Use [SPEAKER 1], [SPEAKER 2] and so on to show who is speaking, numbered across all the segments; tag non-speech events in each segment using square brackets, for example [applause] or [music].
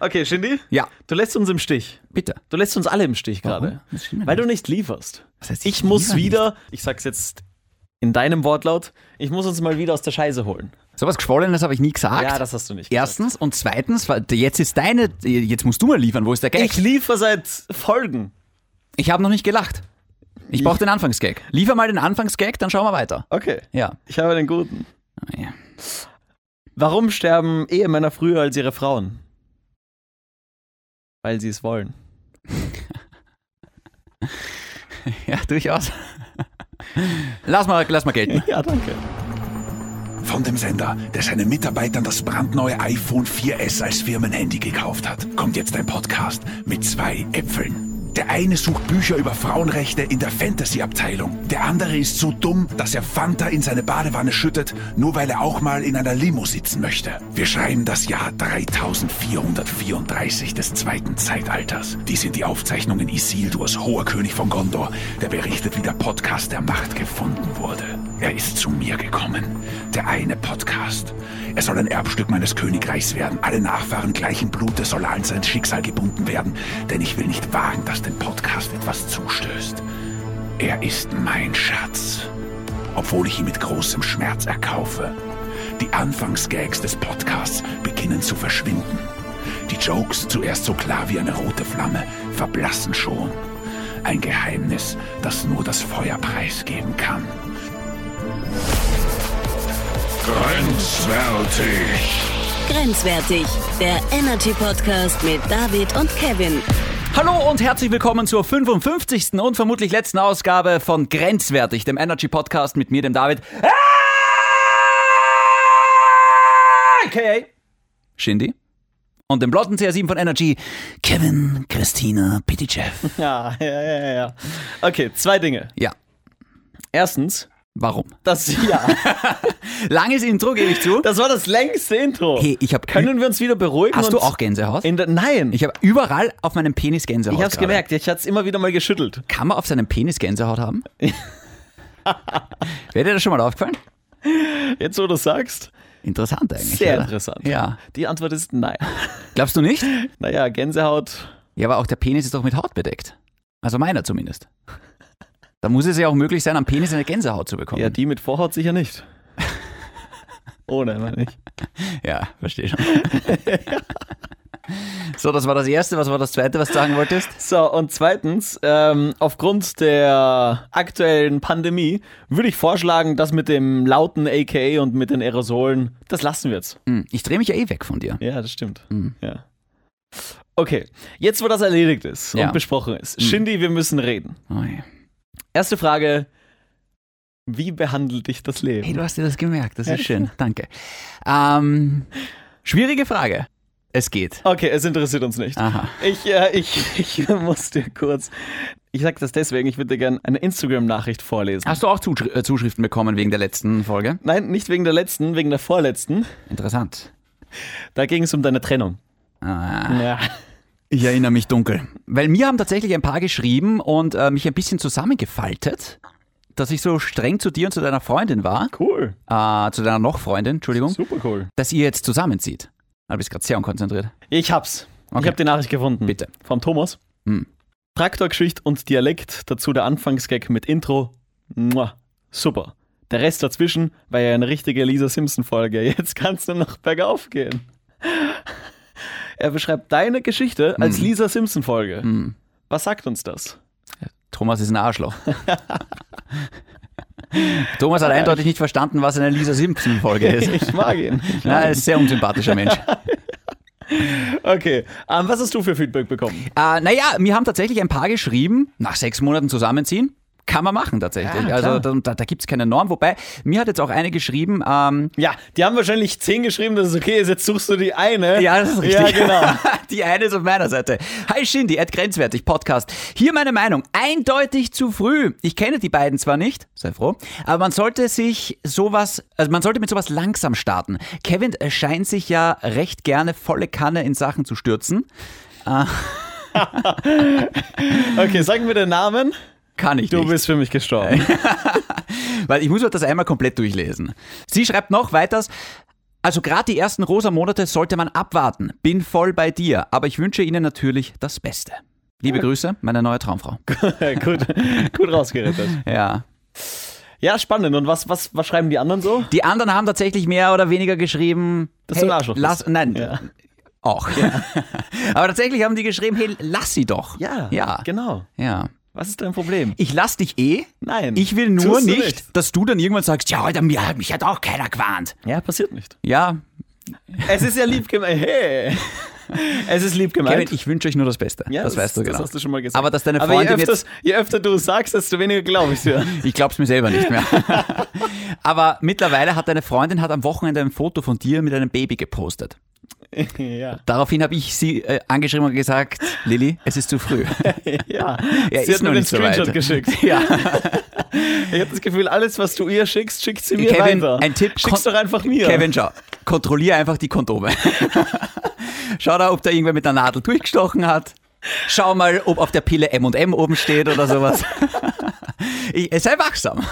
[SPEAKER 1] Okay, Shindy,
[SPEAKER 2] Ja,
[SPEAKER 1] du lässt uns im Stich.
[SPEAKER 2] bitte.
[SPEAKER 1] Du lässt uns alle im Stich gerade.
[SPEAKER 2] Warum? Das stimmt ja
[SPEAKER 1] Weil
[SPEAKER 2] nicht.
[SPEAKER 1] du nicht lieferst.
[SPEAKER 2] Was heißt,
[SPEAKER 1] Ich muss
[SPEAKER 2] lieber
[SPEAKER 1] wieder, ich sag's jetzt in deinem Wortlaut, ich muss uns mal wieder aus der Scheiße holen.
[SPEAKER 2] nicht. Sowas Geschwollenes habe ich nie gesagt.
[SPEAKER 1] Ja, das hast du nicht. gesagt.
[SPEAKER 2] Erstens und zweitens, weil jetzt ist deine, jetzt musst du mal liefern, wo ist der Gag?
[SPEAKER 1] Ich liefere seit Folgen.
[SPEAKER 2] Ich habe noch nicht gelacht. Ich brauche den Anfangsgag. Liefer mal den Anfangsgag, dann schauen wir weiter.
[SPEAKER 1] Okay,
[SPEAKER 2] Ja. [laughs]
[SPEAKER 1] ich habe den guten.
[SPEAKER 2] Ja.
[SPEAKER 1] Warum sterben Ehemänner früher als ihre Frauen? Weil sie es wollen.
[SPEAKER 2] Ja, durchaus. [laughs] Lass mal, lass mal gelten.
[SPEAKER 1] [laughs] Ja, danke.
[SPEAKER 3] Von dem Sender, der seinen Mitarbeitern das brandneue iPhone 4S als Firmenhandy gekauft hat, kommt jetzt ein Podcast mit zwei Äpfeln. Der eine sucht Bücher über Frauenrechte in der Fantasy-Abteilung. Der andere ist so dumm, dass er Fanta in seine Badewanne schüttet, nur weil er auch mal in einer Limo sitzen möchte. Wir schreiben das Jahr 3434 des zweiten Zeitalters. Dies sind die Aufzeichnungen Isildurs, hoher König von Gondor, der berichtet, wie der Podcast der Macht gefunden wurde. Er ist zu mir gekommen. Der eine Podcast. Er soll ein Erbstück meines Königreichs werden. Alle Nachfahren gleichen Blutes soll an sein Schicksal gebunden werden, denn ich will nicht wagen, dass dem Podcast etwas zustößt. Er ist mein Schatz obwohl ich ihn mit großem Schmerz erkaufe. Die Anfangsgags des Podcasts beginnen zu verschwinden. Die Jokes, zuerst so klar wie eine rote Flamme, verblassen schon. Ein Geheimnis, das nur das Feuer preisgeben kann. Grenzwertig!
[SPEAKER 4] Grenzwertig, der Energy Podcast mit David und Kevin.
[SPEAKER 2] Hallo und herzlich willkommen zur 55. und vermutlich letzten Ausgabe von Grenzwertig, dem Energy Podcast mit mir, dem David. AKA Shindy. Und dem blotten CR7 von Energy, Kevin, Christina, Pitychev.
[SPEAKER 1] [laughs] Ja, ja, ja, ja, ja. Okay, zwei Dinge.
[SPEAKER 2] Ja,
[SPEAKER 1] Erstens,
[SPEAKER 2] warum?
[SPEAKER 1] das [laughs] ja,
[SPEAKER 2] Langes Intro, gebe ich zu.
[SPEAKER 1] das war das längste Intro.
[SPEAKER 2] Hey, ich hab-
[SPEAKER 1] Können wir uns wieder beruhigen?
[SPEAKER 2] Hast du
[SPEAKER 1] und
[SPEAKER 2] auch Gänsehaut?
[SPEAKER 1] In der, nein, ich,
[SPEAKER 2] Ich habe überall auf meinem Penis Gänsehaut.
[SPEAKER 1] hab's
[SPEAKER 2] gerade.
[SPEAKER 1] gemerkt. Ich hat's immer wieder mal geschüttelt.
[SPEAKER 2] Kann man auf seinem Penis Gänsehaut
[SPEAKER 1] [laughs]
[SPEAKER 2] haben? Wäre dir das schon mal aufgefallen?
[SPEAKER 1] Jetzt, wo du sagst,
[SPEAKER 2] Interessant eigentlich.
[SPEAKER 1] sehr
[SPEAKER 2] oder?
[SPEAKER 1] interessant.
[SPEAKER 2] Ja.
[SPEAKER 1] Die Antwort ist nein.
[SPEAKER 2] Glaubst du nicht?
[SPEAKER 1] Naja, Gänsehaut.
[SPEAKER 2] Ja, aber auch der Penis ist doch mit Haut bedeckt. Also meiner zumindest. Da muss es ja auch möglich sein, am Penis eine Gänsehaut zu bekommen.
[SPEAKER 1] Ja, die mit Vorhaut sicher
[SPEAKER 2] [laughs]
[SPEAKER 1] nicht. Ohne, meine ich.
[SPEAKER 2] ja verstehe schon. [laughs] so, das war das Erste. Was war das Zweite, was du sagen wolltest?
[SPEAKER 1] So, und zweitens, ähm, aufgrund der aktuellen Pandemie würde ich vorschlagen, das mit dem lauten AKA und mit den Aerosolen, das lassen wir jetzt.
[SPEAKER 2] Hm, Ich drehe mich ja eh weg von dir.
[SPEAKER 1] Ja, das stimmt.
[SPEAKER 2] Mhm.
[SPEAKER 1] Ja. Okay, jetzt wo das erledigt ist
[SPEAKER 2] Ja. Mhm.
[SPEAKER 1] und besprochen ist. Shindy, wir müssen reden.
[SPEAKER 2] Oh, ja.
[SPEAKER 1] Erste Frage, wie behandelt dich das Leben?
[SPEAKER 2] Hey, du hast dir das gemerkt. Das ist schön. Danke. Ähm, schwierige Frage. Es geht.
[SPEAKER 1] Okay, es interessiert uns nicht.
[SPEAKER 2] Aha.
[SPEAKER 1] Ich, äh, ich, [laughs] ich muss dir kurz. Ich sag das deswegen, ich würde dir gerne eine Instagram-Nachricht vorlesen.
[SPEAKER 2] Hast du auch Zuschri äh, Zuschriften bekommen wegen der letzten Folge?
[SPEAKER 1] Nein, nicht wegen der letzten, wegen der vorletzten.
[SPEAKER 2] Interessant.
[SPEAKER 1] Da ging es um deine Trennung.
[SPEAKER 2] Ah,
[SPEAKER 1] Ja.
[SPEAKER 2] ich erinnere mich dunkel. Weil mir haben tatsächlich ein paar geschrieben und äh, mich ein bisschen zusammengefaltet, dass ich so streng zu dir und zu deiner Freundin war,
[SPEAKER 1] Cool.
[SPEAKER 2] äh, zu deiner noch Freundin, Entschuldigung,
[SPEAKER 1] Super cool.
[SPEAKER 2] dass ihr jetzt zusammenzieht. Aber du bist gerade sehr unkonzentriert.
[SPEAKER 1] Ich hab's. Ich
[SPEAKER 2] Okay.
[SPEAKER 1] hab die Nachricht gefunden.
[SPEAKER 2] Bitte.
[SPEAKER 1] Vom Thomas.
[SPEAKER 2] Hm.
[SPEAKER 1] Traktorgeschichte und Dialekt, dazu der Anfangsgag mit Intro. Mua. Super. Der Rest dazwischen war ja eine richtige Lisa Simpson-Folge. Jetzt kann's nur noch bergauf gehen. Er beschreibt deine Geschichte als
[SPEAKER 2] Hm.
[SPEAKER 1] Lisa Simpson-Folge. Was sagt uns das?
[SPEAKER 2] Thomas ist ein [laughs] Arschloch. Thomas hat eindeutig nicht verstanden, was eine Lisa Simpson-Folge [laughs] ist.
[SPEAKER 1] Ich mag ihn. Ich
[SPEAKER 2] Na,
[SPEAKER 1] mag
[SPEAKER 2] er
[SPEAKER 1] ihn.
[SPEAKER 2] ist ein sehr unsympathischer Mensch.
[SPEAKER 1] Okay, Ähm, was hast du für Feedback bekommen?
[SPEAKER 2] Äh, naja, mir haben tatsächlich ein paar geschrieben, nach sechs Monaten zusammenziehen. Kann man machen tatsächlich.
[SPEAKER 1] Ja, klar.
[SPEAKER 2] also da, da, da gibt es keine Norm. Wobei, mir hat jetzt auch eine geschrieben, ähm,
[SPEAKER 1] Ja, die haben wahrscheinlich 10 geschrieben, dass es okay ist. Jetzt suchst du die eine.
[SPEAKER 2] [laughs] [laughs] Ja, das ist
[SPEAKER 1] Ja,
[SPEAKER 2] richtig.
[SPEAKER 1] genau.
[SPEAKER 2] Die eine ist auf meiner Seite. Hi Shindy, at grenzwertig Podcast. Hier meine Meinung. Eindeutig zu früh. Ich kenne die beiden zwar nicht, sei froh, aber man sollte sich sowas, also man sollte mit sowas langsam starten. Kevin äh, scheint sich ja recht gerne volle Kanne in Sachen zu stürzen.
[SPEAKER 1] Okay, sag mir den Namen.
[SPEAKER 2] Kann ich
[SPEAKER 1] Du
[SPEAKER 2] nicht.
[SPEAKER 1] bist für mich
[SPEAKER 2] [laughs]
[SPEAKER 1] gestorben.
[SPEAKER 2] halt Weil ich muss mir das einmal komplett durchlesen. Sie schreibt noch weiters. Also gerade die ersten rosa Monate sollte man abwarten. Bin voll bei dir, aber ich wünsche Ihnen natürlich das Beste. Liebe Grüße, meine neue Traumfrau.
[SPEAKER 1] [laughs] gut, gut rausgerettet.
[SPEAKER 2] Ja.
[SPEAKER 1] Ja, spannend. Und was, was, was schreiben die anderen so?
[SPEAKER 2] Die anderen haben tatsächlich mehr oder weniger geschrieben.
[SPEAKER 1] Dass du ein Arschloch bist.
[SPEAKER 2] lass, Nein,
[SPEAKER 1] Ja.
[SPEAKER 2] auch. [laughs] aber tatsächlich haben die geschrieben, hey, lass sie doch. Ja.
[SPEAKER 1] Genau.
[SPEAKER 2] ja.
[SPEAKER 1] Was ist dein Problem?
[SPEAKER 2] Ich lass dich eh.
[SPEAKER 1] Nein.
[SPEAKER 2] Ich will nur
[SPEAKER 1] Tust du
[SPEAKER 2] nicht, dass du dann irgendwann sagst, ja, Alter, mir hat mich hat auch keiner gewarnt.
[SPEAKER 1] Ja, passiert nicht.
[SPEAKER 2] Ja,
[SPEAKER 1] Es ist ja lieb gemeint. [laughs] Hey. Es ist lieb gemeint.
[SPEAKER 2] Kevin, ich wünsche euch nur das Beste.
[SPEAKER 1] ja,
[SPEAKER 2] das, weißt du genau.
[SPEAKER 1] Das hast du schon mal gesagt.
[SPEAKER 2] Aber dass deine
[SPEAKER 1] Aber je,
[SPEAKER 2] Freundin
[SPEAKER 1] öfters,
[SPEAKER 2] jetzt,
[SPEAKER 1] je öfter du es sagst, desto weniger glaube ich
[SPEAKER 2] [laughs]
[SPEAKER 1] dir.
[SPEAKER 2] ich glaub's mir selber nicht
[SPEAKER 1] [laughs]
[SPEAKER 2] mehr. Aber mittlerweile hat deine Freundin hat am Wochenende ein Foto von dir mit einem Baby gepostet.
[SPEAKER 1] ja.
[SPEAKER 2] Daraufhin habe ich sie äh, angeschrieben und gesagt, Lilly, es ist zu früh.
[SPEAKER 1] [laughs] ja.
[SPEAKER 2] Er
[SPEAKER 1] sie
[SPEAKER 2] ist
[SPEAKER 1] hat mir
[SPEAKER 2] noch
[SPEAKER 1] den
[SPEAKER 2] nicht so weit.
[SPEAKER 1] Screenshot geschickt.
[SPEAKER 2] [laughs] ja.
[SPEAKER 1] Ich habe das Gefühl, alles, was du ihr schickst, schickt sie mir
[SPEAKER 2] Kevin,
[SPEAKER 1] weiter.
[SPEAKER 2] ein Tipp.
[SPEAKER 1] Schick's
[SPEAKER 2] kon-
[SPEAKER 1] doch einfach mir.
[SPEAKER 2] Kevin, schau. Kontrollier einfach die Kondome.
[SPEAKER 1] [laughs]
[SPEAKER 2] schau da, ob da irgendwer mit einer Nadel durchgestochen hat. Schau mal, ob auf der Pille M&M oben steht
[SPEAKER 1] [laughs]
[SPEAKER 2] oder sowas. ich, sei wachsam.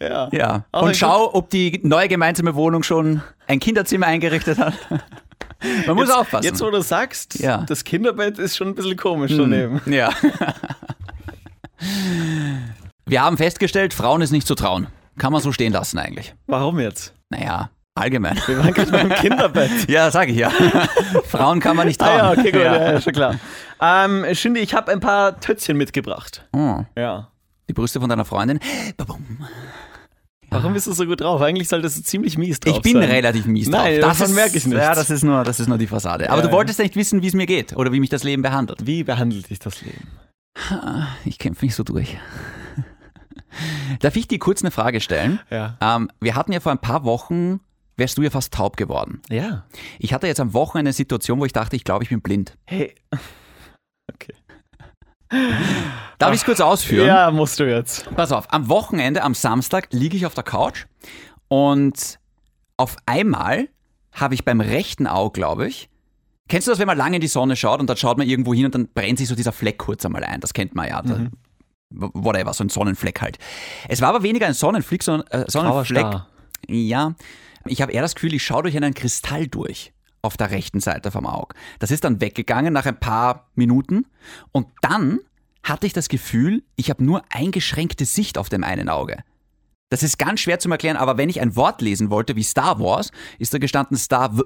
[SPEAKER 1] Ja.
[SPEAKER 2] Ja.
[SPEAKER 1] Aber
[SPEAKER 2] Und
[SPEAKER 1] ich-
[SPEAKER 2] schau, ob die neue gemeinsame Wohnung schon ein Kinderzimmer
[SPEAKER 1] [laughs]
[SPEAKER 2] eingerichtet hat. Man muss aufpassen.
[SPEAKER 1] Jetzt, wo du sagst,
[SPEAKER 2] Ja. Hm.
[SPEAKER 1] das Kinderbett ist schon ein bisschen komisch daneben.
[SPEAKER 2] ja. [laughs] Wir haben festgestellt, Frauen ist nicht zu trauen. Kann man so stehen lassen eigentlich.
[SPEAKER 1] Warum jetzt?
[SPEAKER 2] Naja,
[SPEAKER 1] [laughs]
[SPEAKER 2] allgemein.
[SPEAKER 1] Wir waren gerade beim Kinderbett.
[SPEAKER 2] Ja, sag
[SPEAKER 1] [laughs]
[SPEAKER 2] ich ja. Frauen kann man nicht trauen.
[SPEAKER 1] Ah ja, okay, gut, ja.
[SPEAKER 2] Ja.
[SPEAKER 1] Ja, schon klar. Ähm, Schindy, ich habe ein paar Tötzchen mitgebracht.
[SPEAKER 2] Oh,
[SPEAKER 1] Ja.
[SPEAKER 2] die Brüste von deiner Freundin. Babum.
[SPEAKER 1] Warum bist du so gut drauf? Eigentlich solltest du ziemlich mies drauf
[SPEAKER 2] Ich bin
[SPEAKER 1] sein.
[SPEAKER 2] relativ mies drauf.
[SPEAKER 1] Nein, davon
[SPEAKER 2] ist-
[SPEAKER 1] merke ich nichts.
[SPEAKER 2] Ja, das ist nur, das ist nur die Fassade. Aber
[SPEAKER 1] Ja,
[SPEAKER 2] du
[SPEAKER 1] ja.
[SPEAKER 2] wolltest nicht wissen, wie es mir geht oder wie mich das Leben behandelt.
[SPEAKER 1] Wie behandelt dich das Leben?
[SPEAKER 2] Ich kämpfe mich so durch. [laughs] Darf ich dir kurz eine Frage stellen?
[SPEAKER 1] Ja.
[SPEAKER 2] Ähm, wir hatten ja vor ein paar Wochen, wärst du ja fast taub geworden.
[SPEAKER 1] Ja.
[SPEAKER 2] Ich hatte jetzt am Wochenende eine Situation, wo ich dachte, ich glaube, ich bin blind.
[SPEAKER 1] Hey. Okay.
[SPEAKER 2] Darf ich es kurz ausführen?
[SPEAKER 1] Ja, musst du jetzt.
[SPEAKER 2] Pass auf, am Wochenende, am Samstag, liege ich auf der Couch und auf einmal habe ich beim rechten Auge, glaube ich, kennst du das, wenn man lange in die Sonne schaut und dann schaut man irgendwo hin und dann brennt sich so dieser Fleck kurz einmal ein, das kennt man ja. Da, Whatever, so ein Sonnenfleck halt. Es war aber weniger ein Sonnenfleck, sondern äh, Sonnenfleck.
[SPEAKER 1] Star.
[SPEAKER 2] Ja, ich habe eher das Gefühl, ich schaue durch einen Kristall durch auf der rechten Seite vom Auge. Das ist dann weggegangen nach ein paar Minuten und dann hatte ich das Gefühl, ich habe nur eingeschränkte Sicht auf dem einen Auge. Das ist ganz schwer zu erklären, aber wenn ich ein Wort lesen wollte wie Star Wars, ist da gestanden Star W.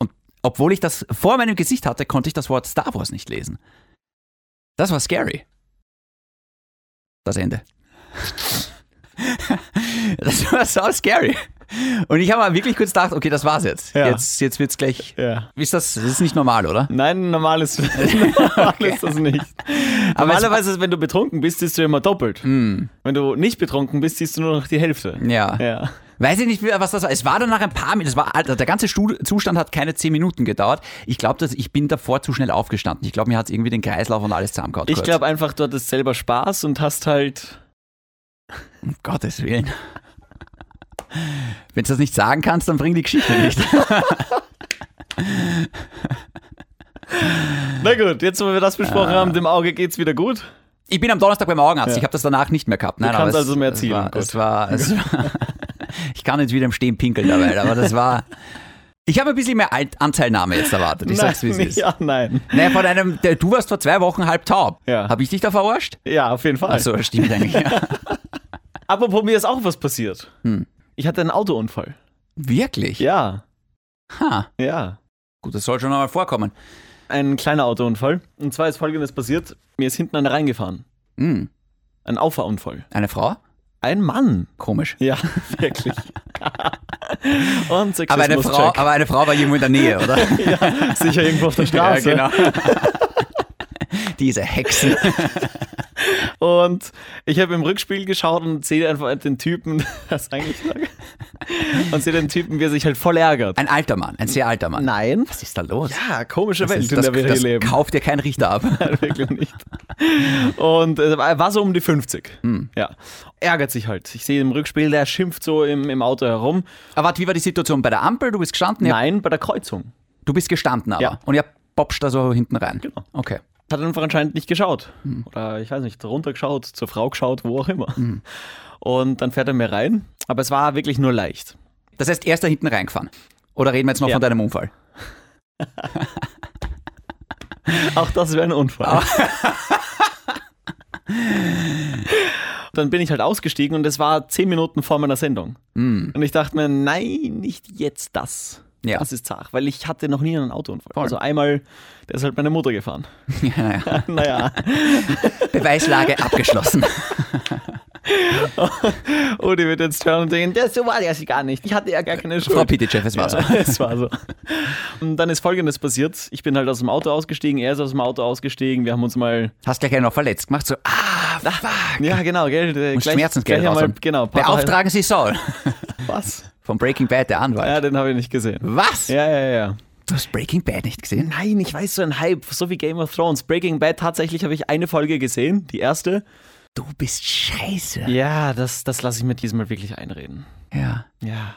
[SPEAKER 2] Und obwohl ich das vor meinem Gesicht hatte, konnte ich das Wort Star Wars nicht lesen. Das war scary. Das Ende. [laughs] Das war so scary. Und ich habe mal wirklich kurz gedacht, okay, das war's jetzt.
[SPEAKER 1] Ja.
[SPEAKER 2] Jetzt, jetzt wird's gleich.
[SPEAKER 1] Ja.
[SPEAKER 2] Ist das, das ist nicht normal, oder?
[SPEAKER 1] Nein, normal ist, [laughs] normal ist das nicht.
[SPEAKER 2] Aber es-
[SPEAKER 1] Normalerweise, wenn du betrunken bist, siehst du immer doppelt. Wenn du nicht betrunken bist, siehst du nur noch die Hälfte.
[SPEAKER 2] Ja.
[SPEAKER 1] Ja.
[SPEAKER 2] Weiß ich nicht, was das war. Es war dann nach ein paar Minuten. es War, Alter, der ganze Stu- Zustand hat keine zehn Minuten gedauert. Ich glaube, ich bin davor zu schnell aufgestanden. Ich glaube, mir hat es irgendwie den Kreislauf und alles zusammengehauen.
[SPEAKER 1] Ich
[SPEAKER 2] kurz.
[SPEAKER 1] glaube einfach, du hattest selber Spaß und hast halt.
[SPEAKER 2] Um Gottes Willen. Wenn du das nicht sagen kannst, dann bring die Geschichte nicht.
[SPEAKER 1] Na gut, jetzt, wo wir das besprochen haben, dem Auge geht's wieder gut.
[SPEAKER 2] Ich bin am Donnerstag beim Augenarzt.
[SPEAKER 1] Ja.
[SPEAKER 2] Ich habe das danach nicht mehr gehabt. Nein,
[SPEAKER 1] kannst
[SPEAKER 2] aber
[SPEAKER 1] also mehr zielen.
[SPEAKER 2] Es war, es war, es war [laughs] ich kann jetzt wieder im Stehen pinkeln dabei, aber das war. Ich habe ein bisschen mehr Alt- Anteilnahme jetzt erwartet. Ich sag's, wie
[SPEAKER 1] [laughs]
[SPEAKER 2] es
[SPEAKER 1] Nein,
[SPEAKER 2] ist.
[SPEAKER 1] Ja, nein.
[SPEAKER 2] Naja, von einem, der- du warst vor zwei Wochen halb taub.
[SPEAKER 1] Ja.
[SPEAKER 2] Habe ich dich da verarscht?
[SPEAKER 1] Ja, auf jeden Fall.
[SPEAKER 2] Also stimmt eigentlich. Ja.
[SPEAKER 1] Apropos, mir ist auch was passiert.
[SPEAKER 2] Hm.
[SPEAKER 1] Ich hatte einen Autounfall.
[SPEAKER 2] Wirklich?
[SPEAKER 1] Ja,
[SPEAKER 2] Ha.
[SPEAKER 1] ja.
[SPEAKER 2] Gut, das soll schon einmal vorkommen.
[SPEAKER 1] Ein kleiner Autounfall. Und zwar ist folgendes passiert: Mir ist hinten einer reingefahren.
[SPEAKER 2] Hm.
[SPEAKER 1] Ein Auffahrunfall.
[SPEAKER 2] Eine Frau?
[SPEAKER 1] Ein Mann.
[SPEAKER 2] Komisch.
[SPEAKER 1] Ja, [laughs] wirklich. Und Sexismus
[SPEAKER 2] Aber eine, Frau, aber eine Frau war irgendwo in der Nähe,
[SPEAKER 1] [laughs]
[SPEAKER 2] oder?
[SPEAKER 1] sicher irgendwo auf der Straße.
[SPEAKER 2] [laughs] Ja, genau. Diese Hexen.
[SPEAKER 1] Und ich habe im Rückspiegel geschaut und sehe einfach den Typen, [laughs] das eigentlich und sehe den Typen, wie er sich halt voll ärgert.
[SPEAKER 2] Ein alter Mann, ein sehr alter Mann.
[SPEAKER 1] Nein.
[SPEAKER 2] Was ist da los?
[SPEAKER 1] Ja, komische
[SPEAKER 2] das
[SPEAKER 1] Welt,
[SPEAKER 2] ist,
[SPEAKER 1] in
[SPEAKER 2] das,
[SPEAKER 1] der wir
[SPEAKER 2] das
[SPEAKER 1] hier leben.
[SPEAKER 2] kauft dir kein
[SPEAKER 1] [laughs]
[SPEAKER 2] Richter ab.
[SPEAKER 1] Nein, wirklich nicht. Und äh, er war so um die 50. Ja. Ärgert sich halt. Ich sehe im Rückspiel, der schimpft so im, im Auto herum.
[SPEAKER 2] Aber warte, wie war die Situation bei der Ampel? Du bist gestanden? ihr-
[SPEAKER 1] Nein, bei der Kreuzung.
[SPEAKER 2] Du bist gestanden aber.
[SPEAKER 1] Ja.
[SPEAKER 2] Und ihr popscht da so hinten rein. Genau. Okay.
[SPEAKER 1] Hat einfach anscheinend nicht geschaut. Oder ich weiß nicht, runtergeschaut, zur Frau geschaut, wo auch immer. Und dann fährt er mir rein. Aber es war wirklich nur leicht.
[SPEAKER 2] Das heißt, erst da hinten reingefahren. Oder reden wir jetzt noch
[SPEAKER 1] Ja.
[SPEAKER 2] von deinem Unfall?
[SPEAKER 1] Auch das wäre ein Unfall. [laughs] Dann bin ich halt ausgestiegen und es war zehn Minuten vor meiner Sendung. Und ich dachte mir, nein, nicht jetzt das.
[SPEAKER 2] Mm. Ja.
[SPEAKER 1] Das ist zart, weil ich hatte noch nie einen Autounfall.
[SPEAKER 2] Voll.
[SPEAKER 1] Also einmal, da ist halt meine Mutter gefahren.
[SPEAKER 2] [laughs] Ja, ja.
[SPEAKER 1] [laughs] naja, [laughs]
[SPEAKER 2] Beweislage abgeschlossen.
[SPEAKER 1] oh, die wird jetzt hören und denken, das so war das gar nicht. Ich hatte ja gar keine Schuld.
[SPEAKER 2] Frau Pitychev, es war so.
[SPEAKER 1] Ja, [laughs] es war so. Und dann ist Folgendes passiert. Ich bin halt aus dem Auto ausgestiegen, er ist aus dem Auto ausgestiegen. Wir haben uns mal...
[SPEAKER 2] Hast gleich einen noch verletzt gemacht, so, ah, fuck.
[SPEAKER 1] Ja, genau, Geld. Äh,
[SPEAKER 2] Und Schmerzensgeld
[SPEAKER 1] gleich einmal,
[SPEAKER 2] raushauen.
[SPEAKER 1] Genau. Papa-
[SPEAKER 2] Beauftragen Sie Saul.
[SPEAKER 1] Was?
[SPEAKER 2] Von Breaking Bad, der Anwalt.
[SPEAKER 1] Ja, den habe ich nicht gesehen.
[SPEAKER 2] Was?
[SPEAKER 1] Ja, ja, ja.
[SPEAKER 2] Du hast Breaking Bad nicht gesehen?
[SPEAKER 1] Nein, ich weiß, so ein Hype, so wie Game of Thrones. Breaking Bad, tatsächlich habe ich eine Folge gesehen, die erste.
[SPEAKER 2] Du bist scheiße.
[SPEAKER 1] Ja, das, das lasse ich mir diesmal wirklich einreden.
[SPEAKER 2] Ja.
[SPEAKER 1] Ja.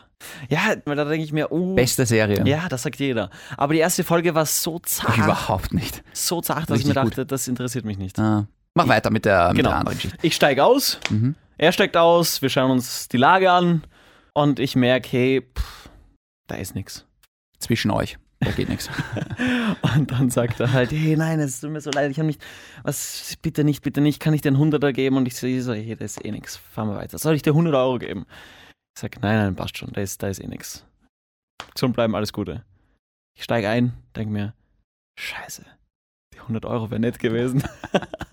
[SPEAKER 1] Ja, weil da denke ich mir, oh.
[SPEAKER 2] Beste Serie.
[SPEAKER 1] Ja, das sagt jeder. Aber die erste Folge war so zart,
[SPEAKER 2] Überhaupt nicht.
[SPEAKER 1] so zart, dass ich
[SPEAKER 2] Richtig
[SPEAKER 1] mir dachte, das interessiert mich nicht.
[SPEAKER 2] Ah. Mach weiter mit der, mit
[SPEAKER 1] Genau.
[SPEAKER 2] der anderen Geschichte.
[SPEAKER 1] Ich steige aus, er steigt aus, wir schauen uns die Lage an und ich merke, hey, pff, da ist nichts.
[SPEAKER 2] Zwischen euch. Da geht
[SPEAKER 1] [laughs]
[SPEAKER 2] nichts.
[SPEAKER 1] Und dann sagt er halt, hey, nein, es tut mir so leid, ich habe nicht, was, bitte nicht, bitte nicht, kann ich dir einen Hunderter geben? Und ich sehe so, hey, da ist eh nix, fahren wir weiter. Soll ich dir 100 Euro geben? Ich sage, nein, nein, passt schon, da ist, da ist eh nix. Gesund bleiben, alles Gute. Ich steige ein, denke mir, scheiße, die 100 Euro wäre nett gewesen.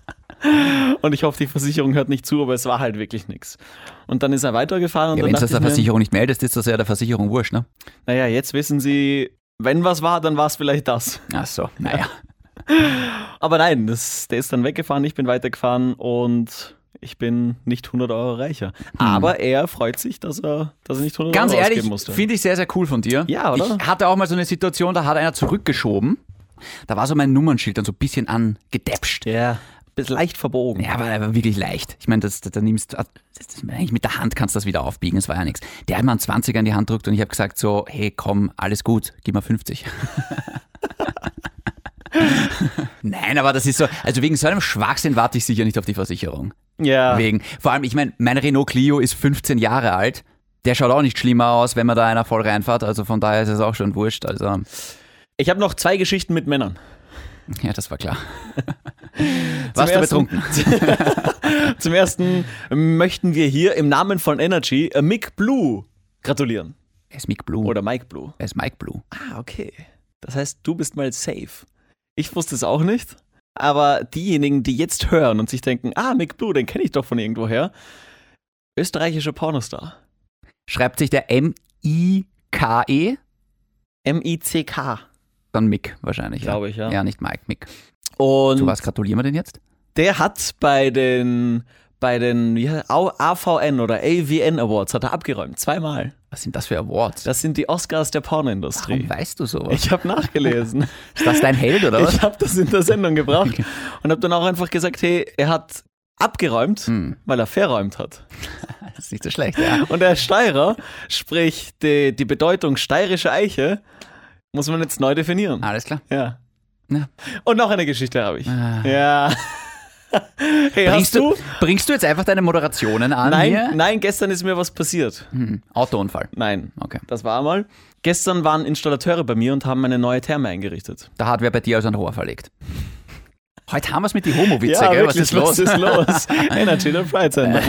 [SPEAKER 1] [laughs] und ich hoffe, die Versicherung hört nicht zu, aber es war halt wirklich nix. Und dann ist er weitergefahren und
[SPEAKER 2] Ja,
[SPEAKER 1] dann
[SPEAKER 2] Wenn du
[SPEAKER 1] dachte
[SPEAKER 2] das der
[SPEAKER 1] ich mir,
[SPEAKER 2] Versicherung nicht meldest, ist das ja der Versicherung wurscht, ne?
[SPEAKER 1] naja, jetzt wissen sie, wenn was war, dann war es vielleicht das.
[SPEAKER 2] Ach so, naja.
[SPEAKER 1] Aber nein, das, der ist dann weggefahren, ich bin weitergefahren und ich bin nicht 100 Euro reicher. Aber er freut sich, dass er, dass er nicht 100
[SPEAKER 2] Hm. Ganz
[SPEAKER 1] Euro
[SPEAKER 2] ehrlich,
[SPEAKER 1] ausgeben musste.
[SPEAKER 2] finde ich sehr, sehr cool von dir.
[SPEAKER 1] Ja, oder?
[SPEAKER 2] Ich hatte auch mal so eine Situation, da hat einer zurückgeschoben. Da war so mein Nummernschild dann so ein bisschen angedäpscht.
[SPEAKER 1] ja, bist leicht verbogen.
[SPEAKER 2] Ja, aber, aber wirklich leicht. Ich meine, das, das, da nimmst, das, das, eigentlich mit der Hand kannst du das wieder aufbiegen, es war ja nichts. Der hat mir einen 20er in die Hand gedrückt und ich habe gesagt so, hey komm, alles gut, gib mir 50. [laughs] Nein, aber das ist so, also wegen so einem Schwachsinn warte ich sicher nicht auf die Versicherung.
[SPEAKER 1] Ja,
[SPEAKER 2] Wegen, vor allem, ich meine, mein Renault Clio ist 15 Jahre alt. Der schaut auch nicht schlimmer aus, wenn man da einer voll reinfährt. Also von daher ist es auch schon wurscht. Also,
[SPEAKER 1] ich habe noch zwei Geschichten mit Männern.
[SPEAKER 2] ja, das war
[SPEAKER 1] [laughs]
[SPEAKER 2] klar. Warst du
[SPEAKER 1] ersten-
[SPEAKER 2] betrunken?
[SPEAKER 1] [laughs] Zum ersten möchten wir hier im Namen von Energy äh, Mick Blue gratulieren.
[SPEAKER 2] Er ist Mick Blue.
[SPEAKER 1] Oder Mike Blue.
[SPEAKER 2] Er ist Mike Blue.
[SPEAKER 1] Ah, okay. Das heißt, du bist mal safe. Ich wusste es auch nicht. Aber diejenigen, die jetzt hören und sich denken, ah, Mick Blue, den kenne ich doch von irgendwoher. Österreichischer Pornostar.
[SPEAKER 2] Schreibt sich der M-I-K-E?
[SPEAKER 1] M-I-C-K,
[SPEAKER 2] E? Dann Mick wahrscheinlich.
[SPEAKER 1] glaube ich,
[SPEAKER 2] ja.
[SPEAKER 1] ja.
[SPEAKER 2] Ja, nicht Mike, Mick. Zu
[SPEAKER 1] Und
[SPEAKER 2] was gratulieren wir denn jetzt?
[SPEAKER 1] der hat bei den, bei den wie heißt- Au- AVN oder AVN Awards hat er abgeräumt. Zweimal.
[SPEAKER 2] Was sind das für Awards?
[SPEAKER 1] Das sind die Oscars der
[SPEAKER 2] Warum
[SPEAKER 1] Pornoindustrie.
[SPEAKER 2] weißt du sowas?
[SPEAKER 1] Ich habe [laughs] nachgelesen.
[SPEAKER 2] Ist das dein Held oder
[SPEAKER 1] [laughs]
[SPEAKER 2] was?
[SPEAKER 1] Ich habe das in der Sendung gebracht und habe dann auch einfach gesagt, hey, er hat abgeräumt, weil er verräumt hat.
[SPEAKER 2] Das ist nicht so schlecht, ja.
[SPEAKER 1] Und der Steirer, sprich die, die Bedeutung steirische Eiche, muss man jetzt neu definieren.
[SPEAKER 2] Alles klar.
[SPEAKER 1] Ja.
[SPEAKER 2] Ah. Ja.
[SPEAKER 1] Und noch eine Geschichte habe ich.
[SPEAKER 2] Ah.
[SPEAKER 1] Ja. [laughs] Hey, hast
[SPEAKER 2] Bringst
[SPEAKER 1] du?
[SPEAKER 2] du, bringst du jetzt einfach deine Moderationen an hier?
[SPEAKER 1] Nein, nein, gestern ist mir was passiert.
[SPEAKER 2] Hm, Autounfall.
[SPEAKER 1] Nein.
[SPEAKER 2] Okay.
[SPEAKER 1] Das war einmal. Gestern waren Installateure bei mir und haben eine neue Therme eingerichtet.
[SPEAKER 2] Da hat wer bei dir also ein Rohr verlegt. Heute haben wir es mit die Homo-Witze,
[SPEAKER 1] ja,
[SPEAKER 2] gell?
[SPEAKER 1] wirklich,
[SPEAKER 2] Was ist
[SPEAKER 1] was
[SPEAKER 2] los?
[SPEAKER 1] ist los? [laughs] Energy der Pride Center.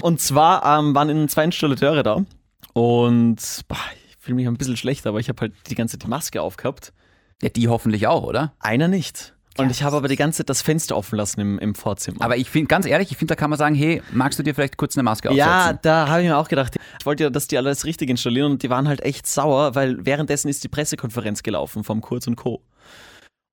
[SPEAKER 1] Und zwar ähm, waren in zwei Installateure da und boah, ich fühle mich ein bisschen schlecht, aber ich habe halt die ganze Zeit die Maske aufgehabt.
[SPEAKER 2] Ja, die hoffentlich auch, oder?
[SPEAKER 1] Einer nicht. Und ich habe aber die ganze Zeit das Fenster offen lassen im, im Vorzimmer.
[SPEAKER 2] Aber ich finde, ganz ehrlich, ich finde, da kann man sagen, hey, magst du dir vielleicht kurz eine Maske aufsetzen?
[SPEAKER 1] ja, da habe ich mir auch gedacht, ich wollte ja, dass die alles richtig installieren und die waren halt echt sauer, weil währenddessen ist die Pressekonferenz gelaufen vom Kurz und Co.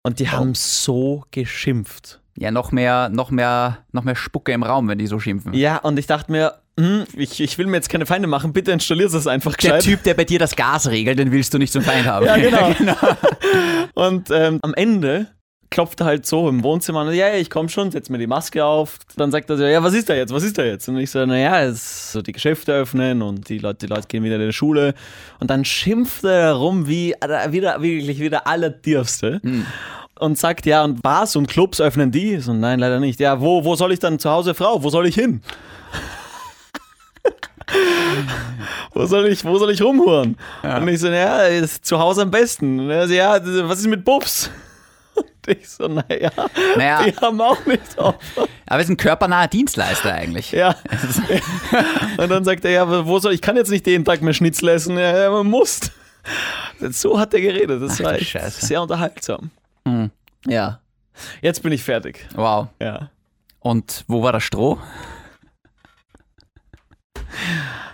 [SPEAKER 1] Und die haben so geschimpft.
[SPEAKER 2] Ja, noch mehr, noch mehr, noch mehr Spucke im Raum, wenn die so schimpfen.
[SPEAKER 1] Ja, und ich dachte mir, hm, ich, ich will mir jetzt keine Feinde machen, bitte installierst es einfach
[SPEAKER 2] Der
[SPEAKER 1] gescheit.
[SPEAKER 2] Typ, der bei dir das Gas regelt, den willst du nicht zum Feind haben.
[SPEAKER 1] Ja, [laughs]
[SPEAKER 2] [laughs]
[SPEAKER 1] genau. [laughs] Und ähm, am Ende klopft er halt so im Wohnzimmer an, ja, ja, ich komm schon, setz mir die Maske auf. Dann sagt er so, ja, was ist da jetzt, was ist da jetzt? Und ich so, naja, es so die Geschäfte öffnen und die Leute, die Leute gehen wieder in die Schule. Und dann schimpft er herum wie wieder, wirklich wieder allertiefste. Und sagt, ja, und Bars und Clubs öffnen die? So, nein, leider nicht. Ja, wo, wo soll ich dann zu Hause, Frau, wo soll ich hin? wo soll ich, wo soll ich rumhuren? Und ich so, naja, ist zu Hause am besten. Und er so, ja, was ist mit Bubs? [laughs] Und ich so, naja,
[SPEAKER 2] Naja.
[SPEAKER 1] die haben auch nichts auf.
[SPEAKER 2] Aber es ist ein körpernaher Dienstleister eigentlich. [laughs]
[SPEAKER 1] Ja. Und dann sagt er, ja, wo soll ich kann jetzt nicht jeden Tag mehr Schnitzel essen. Ja, ja, man muss. So hat er geredet. Das
[SPEAKER 2] Ach,
[SPEAKER 1] war
[SPEAKER 2] du
[SPEAKER 1] echt
[SPEAKER 2] Scheiße.
[SPEAKER 1] sehr unterhaltsam. Ja. Jetzt bin ich fertig.
[SPEAKER 2] Wow.
[SPEAKER 1] Ja.
[SPEAKER 2] Und wo war das Stroh?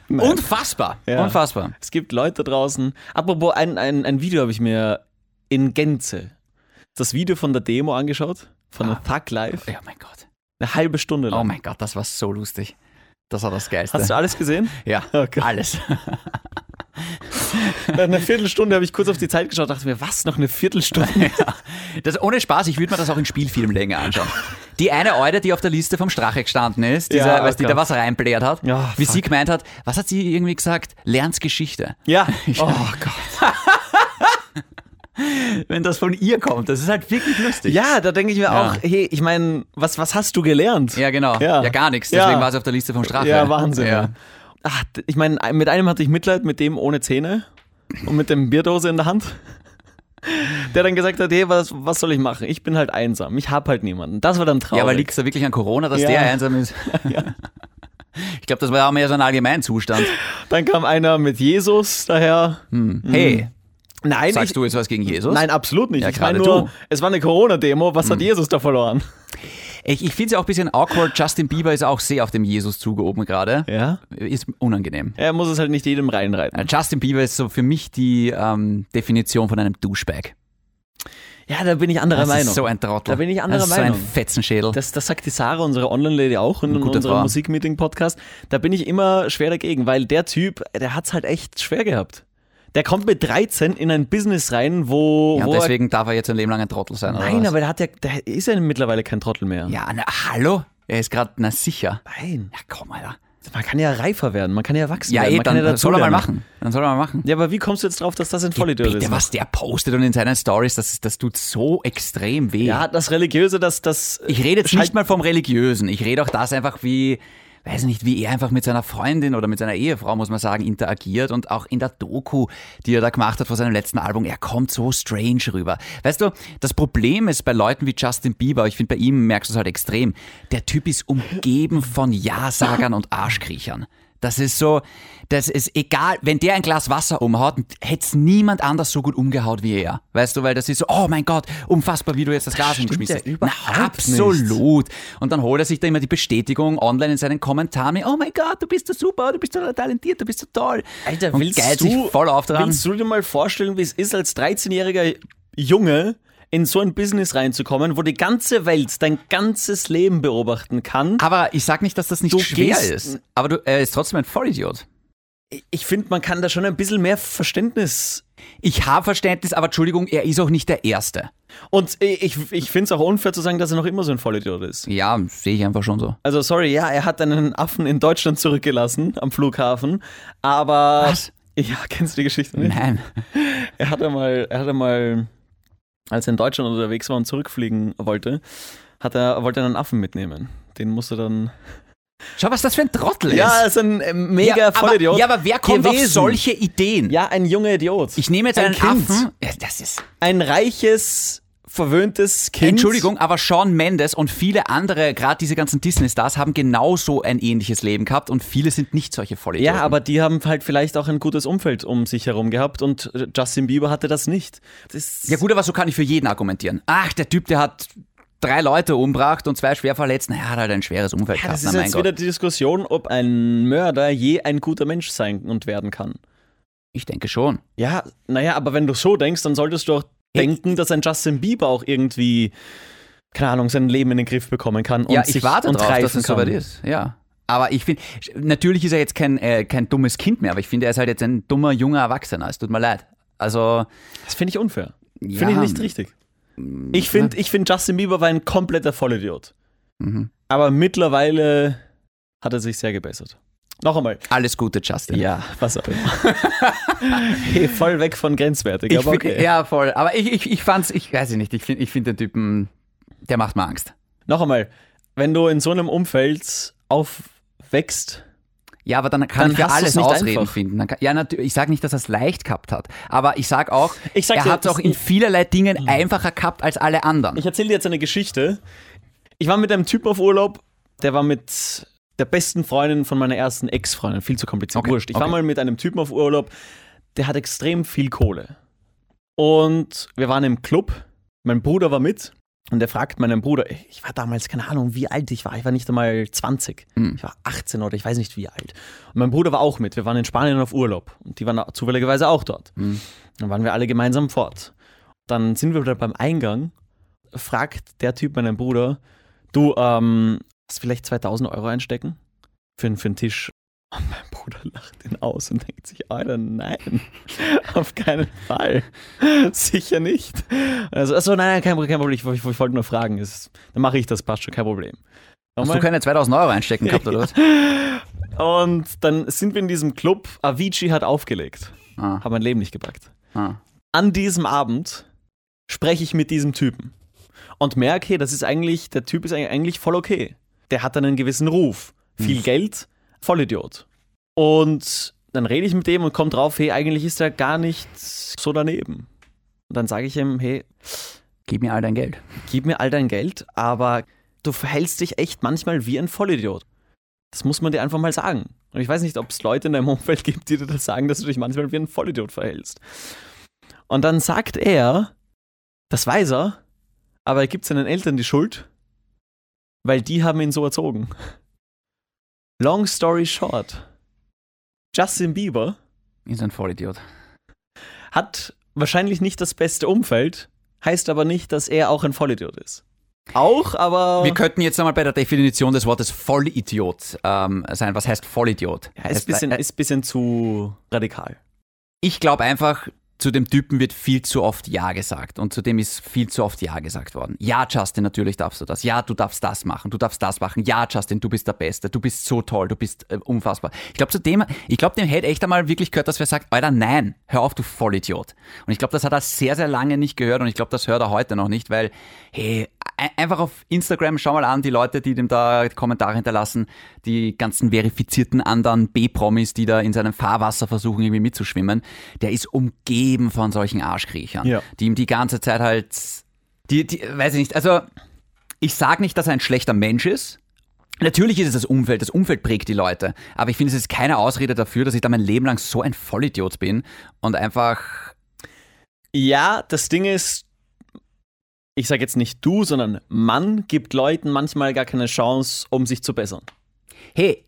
[SPEAKER 2] Unfassbar.
[SPEAKER 1] Ja.
[SPEAKER 2] Unfassbar.
[SPEAKER 1] Es gibt Leute draußen. Apropos, ein, ein, ein Video habe ich mir in Gänze das Video von der Demo angeschaut. Von der Thug Live.
[SPEAKER 2] Ah. Ja, mein Gott.
[SPEAKER 1] Eine halbe Stunde
[SPEAKER 2] Oh
[SPEAKER 1] lang.
[SPEAKER 2] mein Gott, das war so lustig. Das war das Geilste.
[SPEAKER 1] Hast du alles gesehen?
[SPEAKER 2] ja,
[SPEAKER 1] Oh Gott.
[SPEAKER 2] alles.
[SPEAKER 1] [laughs] Nach einer Viertelstunde habe ich kurz auf die Zeit geschaut und dachte mir, was, noch eine
[SPEAKER 2] [laughs]
[SPEAKER 1] Viertelstunde?
[SPEAKER 2] Das, ohne Spaß, ich würde mir das auch in Spielfilmlänge anschauen. Die eine Eude, die auf der Liste vom Strache gestanden ist, diese,
[SPEAKER 1] Ja, oh
[SPEAKER 2] weißt, die da
[SPEAKER 1] Gott.
[SPEAKER 2] was reinbläht hat,
[SPEAKER 1] Ja,
[SPEAKER 2] wie
[SPEAKER 1] fuck.
[SPEAKER 2] sie gemeint hat, was hat sie irgendwie gesagt? Lern's Geschichte.
[SPEAKER 1] Ja. Oh [laughs] Gott.
[SPEAKER 2] Wenn das von ihr kommt, das ist halt wirklich lustig. Ja,
[SPEAKER 1] Ja, da denke ich mir auch, hey, ich meine, was, was hast du gelernt?
[SPEAKER 2] ja genau. Ja,
[SPEAKER 1] Ja.
[SPEAKER 2] gar nichts. Deswegen
[SPEAKER 1] Ja.
[SPEAKER 2] war sie auf der Liste vom Strache.
[SPEAKER 1] Ja, Wahnsinn.
[SPEAKER 2] Ja.
[SPEAKER 1] Ja. Ach, d- ich meine, ein- mit einem hatte ich Mitleid, mit dem ohne Zähne und mit dem Bierdose in der Hand. Der dann gesagt hat, hey, was, was soll ich machen? Ich bin halt einsam. Ich hab halt niemanden. Das war dann traurig.
[SPEAKER 2] Ja, aber liegt es da wirklich an Corona, dass
[SPEAKER 1] Ja.
[SPEAKER 2] der einsam
[SPEAKER 1] [laughs]
[SPEAKER 2] ist? Ich glaube, das war auch mehr so ein Allgemeinzustand.
[SPEAKER 1] dann kam einer mit Jesus daher.
[SPEAKER 2] Hey,
[SPEAKER 1] Nein, ich,
[SPEAKER 2] Hm. sagst du jetzt was gegen Jesus?
[SPEAKER 1] nein, absolut nicht.
[SPEAKER 2] Ja,
[SPEAKER 1] ich meine
[SPEAKER 2] gerade
[SPEAKER 1] nur,
[SPEAKER 2] du. Hm.
[SPEAKER 1] es war eine Corona-Demo. Was hat Jesus da verloren?
[SPEAKER 2] Ich, ich finde es ja auch ein bisschen awkward. Justin Bieber ist auch sehr auf dem Jesus-Zug oben gerade.
[SPEAKER 1] Ja.
[SPEAKER 2] Ist unangenehm. Äh,
[SPEAKER 1] Er muss es halt nicht jedem reinreiten.
[SPEAKER 2] Justin Bieber ist so für mich die ähm, Definition von einem Douchebag.
[SPEAKER 1] Ja, da bin ich anderer
[SPEAKER 2] Das
[SPEAKER 1] Meinung.
[SPEAKER 2] ist so ein Trottel.
[SPEAKER 1] Da bin ich anderer
[SPEAKER 2] das ist so
[SPEAKER 1] Meinung.
[SPEAKER 2] ein Fetzenschädel.
[SPEAKER 1] Das, das sagt die Sarah, unsere Online-Lady, auch in
[SPEAKER 2] gute
[SPEAKER 1] unserem
[SPEAKER 2] Frau.
[SPEAKER 1] Musikmeeting-Podcast. Da bin ich immer schwer dagegen, weil der Typ, der hat es halt echt schwer gehabt. Der kommt mit 13 in ein Business rein, wo.
[SPEAKER 2] ja,
[SPEAKER 1] wo
[SPEAKER 2] und
[SPEAKER 1] er-
[SPEAKER 2] deswegen darf er jetzt ein Leben lang ein Trottel sein. oder
[SPEAKER 1] nein,
[SPEAKER 2] was?
[SPEAKER 1] aber der, hat ja, der ist ja mittlerweile kein Trottel mehr.
[SPEAKER 2] Ja, na, hallo? Er ist gerade, na sicher.
[SPEAKER 1] Nein.
[SPEAKER 2] Ja, komm, Alter.
[SPEAKER 1] Man kann ja reifer werden, man kann ja erwachsen
[SPEAKER 2] Ja,
[SPEAKER 1] werden.
[SPEAKER 2] eh,
[SPEAKER 1] man kann
[SPEAKER 2] dann soll er mal
[SPEAKER 1] dazulernen.
[SPEAKER 2] machen. Dann soll er mal machen.
[SPEAKER 1] Ja, aber wie kommst du jetzt drauf, dass das ein Vollidiot
[SPEAKER 2] Bitte,
[SPEAKER 1] ist?
[SPEAKER 2] was der postet und in seinen Stories, das, das tut so extrem weh.
[SPEAKER 1] Ja, das Religiöse, das. das
[SPEAKER 2] ich rede jetzt halt
[SPEAKER 1] Schalt-
[SPEAKER 2] nicht mal vom Religiösen. Ich rede auch das einfach wie, weiß nicht, wie er einfach mit seiner Freundin oder mit seiner Ehefrau, muss man sagen, interagiert und auch in der Doku, die er da gemacht hat vor seinem letzten Album, er kommt so strange rüber. Weißt du, das Problem ist bei Leuten wie Justin Bieber, ich finde bei ihm merkst du es halt extrem, der Typ ist umgeben von Ja-Sagern und Arschkriechern. Das ist so, das ist egal, wenn der ein Glas Wasser umhaut, hätte es niemand anders so gut umgehaut wie er. Weißt du, weil das ist so, oh mein Gott, unfassbar, wie du jetzt das Glas
[SPEAKER 1] stimmt
[SPEAKER 2] hingeschmissen hast.
[SPEAKER 1] ja
[SPEAKER 2] Na,
[SPEAKER 1] überhaupt
[SPEAKER 2] absolut. Gut. Und dann holt er sich da immer die Bestätigung online in seinen Kommentaren. mit, Oh mein Gott, du bist so super, du bist so talentiert, du bist so toll.
[SPEAKER 1] Alter,
[SPEAKER 2] und
[SPEAKER 1] willst
[SPEAKER 2] geilt
[SPEAKER 1] du,
[SPEAKER 2] sich voll auf dran.
[SPEAKER 1] Willst du dir mal vorstellen, wie es ist, als 13-jähriger Junge in so ein Business reinzukommen, wo die ganze Welt dein ganzes Leben beobachten kann?
[SPEAKER 2] Aber ich sag nicht, dass das nicht
[SPEAKER 1] Du
[SPEAKER 2] schwer
[SPEAKER 1] gehst-
[SPEAKER 2] ist. Aber du, er ist trotzdem ein Vollidiot.
[SPEAKER 1] Ich finde, man kann da schon ein bisschen mehr Verständnis.
[SPEAKER 2] Ich habe Verständnis, aber Entschuldigung, er ist auch nicht der Erste.
[SPEAKER 1] Und ich, ich finde es auch unfair zu sagen, dass er noch immer so ein Vollidiot ist.
[SPEAKER 2] Ja, sehe ich einfach schon so.
[SPEAKER 1] Also, sorry, ja, er hat einen Affen in Deutschland zurückgelassen am Flughafen, aber.
[SPEAKER 2] Was?
[SPEAKER 1] Ja, kennst du die Geschichte nicht?
[SPEAKER 2] Nein.
[SPEAKER 1] Er hatte mal, er hatte mal, als er in Deutschland unterwegs war und zurückfliegen wollte, hat er, wollte er einen Affen mitnehmen. Den musste dann.
[SPEAKER 2] Schau, was das für ein Trottel
[SPEAKER 1] Ja,
[SPEAKER 2] ist.
[SPEAKER 1] ist ein äh, mega
[SPEAKER 2] ja, aber,
[SPEAKER 1] Vollidiot.
[SPEAKER 2] ja, aber wer kommt auf
[SPEAKER 1] gewesen.
[SPEAKER 2] solche Ideen?
[SPEAKER 1] Ja, ein junger Idiot.
[SPEAKER 2] Ich nehme jetzt
[SPEAKER 1] Ein
[SPEAKER 2] einen
[SPEAKER 1] Kind.
[SPEAKER 2] Affen. Ja, Das ist.
[SPEAKER 1] ein reiches, verwöhntes Kind.
[SPEAKER 2] Entschuldigung, aber Sean Mendes und viele andere, gerade diese ganzen Disney-Stars, haben genauso ein ähnliches Leben gehabt und viele sind nicht solche
[SPEAKER 1] Ja,
[SPEAKER 2] Vollidioten.
[SPEAKER 1] aber die haben halt vielleicht auch ein gutes Umfeld um sich herum gehabt und äh, Justin Bieber hatte das nicht. Das
[SPEAKER 2] Ja gut, aber so kann ich für jeden argumentieren. Ach, der Typ, der hat drei Leute umbracht und zwei schwer verletzt. Naja, hat halt ein schweres Umfeld
[SPEAKER 1] Ja,
[SPEAKER 2] gehabt.
[SPEAKER 1] das
[SPEAKER 2] Na,
[SPEAKER 1] ist
[SPEAKER 2] mein
[SPEAKER 1] jetzt
[SPEAKER 2] Gott.
[SPEAKER 1] wieder die Diskussion, ob ein Mörder je ein guter Mensch sein und werden kann.
[SPEAKER 2] Ich denke schon.
[SPEAKER 1] Ja, naja, aber wenn du so denkst, dann solltest du auch denken, dass ein Justin Bieber auch irgendwie, keine Ahnung, sein Leben in den Griff bekommen kann und
[SPEAKER 2] ja, ich
[SPEAKER 1] sich
[SPEAKER 2] warte
[SPEAKER 1] und
[SPEAKER 2] drauf,
[SPEAKER 1] reifen
[SPEAKER 2] dass es
[SPEAKER 1] kann.
[SPEAKER 2] soweit ist. Ja. Aber ich finde, natürlich ist er jetzt kein, äh, kein dummes Kind mehr, aber ich finde, er ist halt jetzt ein dummer, junger Erwachsener. Es tut mir leid. Also,
[SPEAKER 1] Das finde ich unfair.
[SPEAKER 2] ja, ne.
[SPEAKER 1] Finde ich nicht richtig. Ich finde, ich find, Justin Bieber war ein kompletter Vollidiot.
[SPEAKER 2] Mhm.
[SPEAKER 1] Aber mittlerweile hat er sich sehr gebessert. Noch einmal.
[SPEAKER 2] Alles Gute, Justin.
[SPEAKER 1] Ja, was auch immer. [laughs] hey, voll weg von grenzwertig,
[SPEAKER 2] Ich
[SPEAKER 1] aber
[SPEAKER 2] find-
[SPEAKER 1] okay.
[SPEAKER 2] Ja, voll. Aber ich, ich, ich fand's, ich weiß ich nicht, ich finde ich find den Typen, der macht mir Angst.
[SPEAKER 1] Noch einmal, wenn du in so einem Umfeld aufwächst,
[SPEAKER 2] Ja, aber dann kann
[SPEAKER 1] Dann
[SPEAKER 2] ich für
[SPEAKER 1] hast du's
[SPEAKER 2] alles
[SPEAKER 1] nicht
[SPEAKER 2] Ausreden
[SPEAKER 1] einfach.
[SPEAKER 2] finden. Dann kann, ja, natürlich. Ich sage nicht, dass er es leicht gehabt hat, aber ich sage auch,
[SPEAKER 1] Ich sag
[SPEAKER 2] er
[SPEAKER 1] dir,
[SPEAKER 2] hat es auch
[SPEAKER 1] das- Hm.
[SPEAKER 2] in vielerlei Dingen einfacher gehabt als alle anderen.
[SPEAKER 1] Ich erzähle dir jetzt eine Geschichte. Ich war mit einem Typ auf Urlaub, der war mit der besten Freundin von meiner ersten Ex-Freundin. Viel zu kompliziert.
[SPEAKER 2] Okay,
[SPEAKER 1] Wurscht. Ich war
[SPEAKER 2] okay.
[SPEAKER 1] mal mit einem Typen auf Urlaub, der hat extrem viel Kohle. Und wir waren im Club. Mein Bruder war mit. Und er fragt meinen Bruder, ich war damals, keine Ahnung, wie alt ich war. Ich war nicht einmal 20.
[SPEAKER 2] Hm.
[SPEAKER 1] Ich war 18 oder ich weiß nicht wie alt. Und mein Bruder war auch mit. Wir waren in Spanien auf Urlaub. Und die waren zufälligerweise auch dort.
[SPEAKER 2] Hm.
[SPEAKER 1] Dann waren wir alle gemeinsam fort. Dann sind wir wieder beim Eingang. Fragt der Typ meinen Bruder, du, ähm, hast vielleicht 2000 Euro einstecken? Für, für einen Tisch. Und mein Bruder lacht ihn aus und denkt sich, Alter, nein, [laughs] auf keinen Fall. Sicher nicht. Also, achso, nein, nein, kein Problem, kein Problem. Ich, ich, ich wollte nur fragen, ist, dann mache ich das, passt schon, kein Problem.
[SPEAKER 2] Hast du
[SPEAKER 1] Nochmal?
[SPEAKER 2] keine 2000 Euro einstecken
[SPEAKER 1] [laughs]
[SPEAKER 2] gehabt, oder was?
[SPEAKER 1] Und dann sind wir in diesem Club, Avicii hat aufgelegt.
[SPEAKER 2] Ah,
[SPEAKER 1] Hab mein Leben nicht gepackt.
[SPEAKER 2] ah.
[SPEAKER 1] An diesem Abend spreche ich mit diesem Typen und merke, hey, das ist eigentlich, der Typ ist eigentlich- eigentlich voll okay. Der hat einen gewissen Ruf. Viel Geld, Vollidiot. Und dann rede ich mit dem und komme drauf, hey, eigentlich ist er gar nicht so daneben. Und dann sage ich ihm, hey,
[SPEAKER 2] Gib mir all dein Geld.
[SPEAKER 1] gib mir all dein Geld, aber du verhältst dich echt manchmal wie ein Vollidiot. Das muss man dir einfach mal sagen. Und ich weiß nicht, ob es Leute in deinem Umfeld gibt, die dir das sagen, dass du dich manchmal wie ein Vollidiot verhältst. Und dann sagt er, das weiß er, aber er gibt seinen Eltern die Schuld, weil die haben ihn so erzogen. Long story short, Justin Bieber
[SPEAKER 2] Ist ein Vollidiot.
[SPEAKER 1] hat wahrscheinlich nicht das beste Umfeld, heißt aber nicht, dass er auch ein Vollidiot ist. Auch, aber.
[SPEAKER 2] Wir könnten jetzt einmal bei der Definition des Wortes Vollidiot ähm, sein. Was heißt Vollidiot?
[SPEAKER 1] Ja, ist
[SPEAKER 2] Heißt-
[SPEAKER 1] ein bisschen, ist bisschen zu radikal.
[SPEAKER 2] ich glaube einfach, zu dem Typen wird viel zu oft Ja gesagt und zu dem ist viel zu oft Ja gesagt worden. Ja, Justin, natürlich darfst du das. Ja, du darfst das machen. Du darfst das machen. Ja, Justin, du bist der Beste. Du bist so toll. Du bist äh, unfassbar. Ich glaube, zu dem, ich glaube, dem hätte echt einmal wirklich gehört, dass wer sagt, Alter, nein, hör auf, du Vollidiot. Und ich glaube, das hat er sehr, sehr lange nicht gehört und ich glaube, das hört er heute noch nicht, weil, hey, ein- einfach auf Instagram, schau mal an, die Leute, die dem da Kommentare hinterlassen, die ganzen verifizierten anderen B-Promis, die da in seinem Fahrwasser versuchen, irgendwie mitzuschwimmen, der ist umgeben von solchen Arschkriechern,
[SPEAKER 1] Ja.
[SPEAKER 2] die ihm die ganze Zeit halt, die, die, weiß ich nicht, also ich sage nicht, dass er ein schlechter Mensch ist. Natürlich ist es das Umfeld, das Umfeld prägt die Leute. Aber ich finde, es ist keine Ausrede dafür, dass ich da mein Leben lang so ein Vollidiot bin und einfach,
[SPEAKER 1] Ja, das Ding ist, ich sage jetzt nicht du, sondern Mann gibt Leuten manchmal gar keine Chance, um sich zu bessern.
[SPEAKER 2] hey,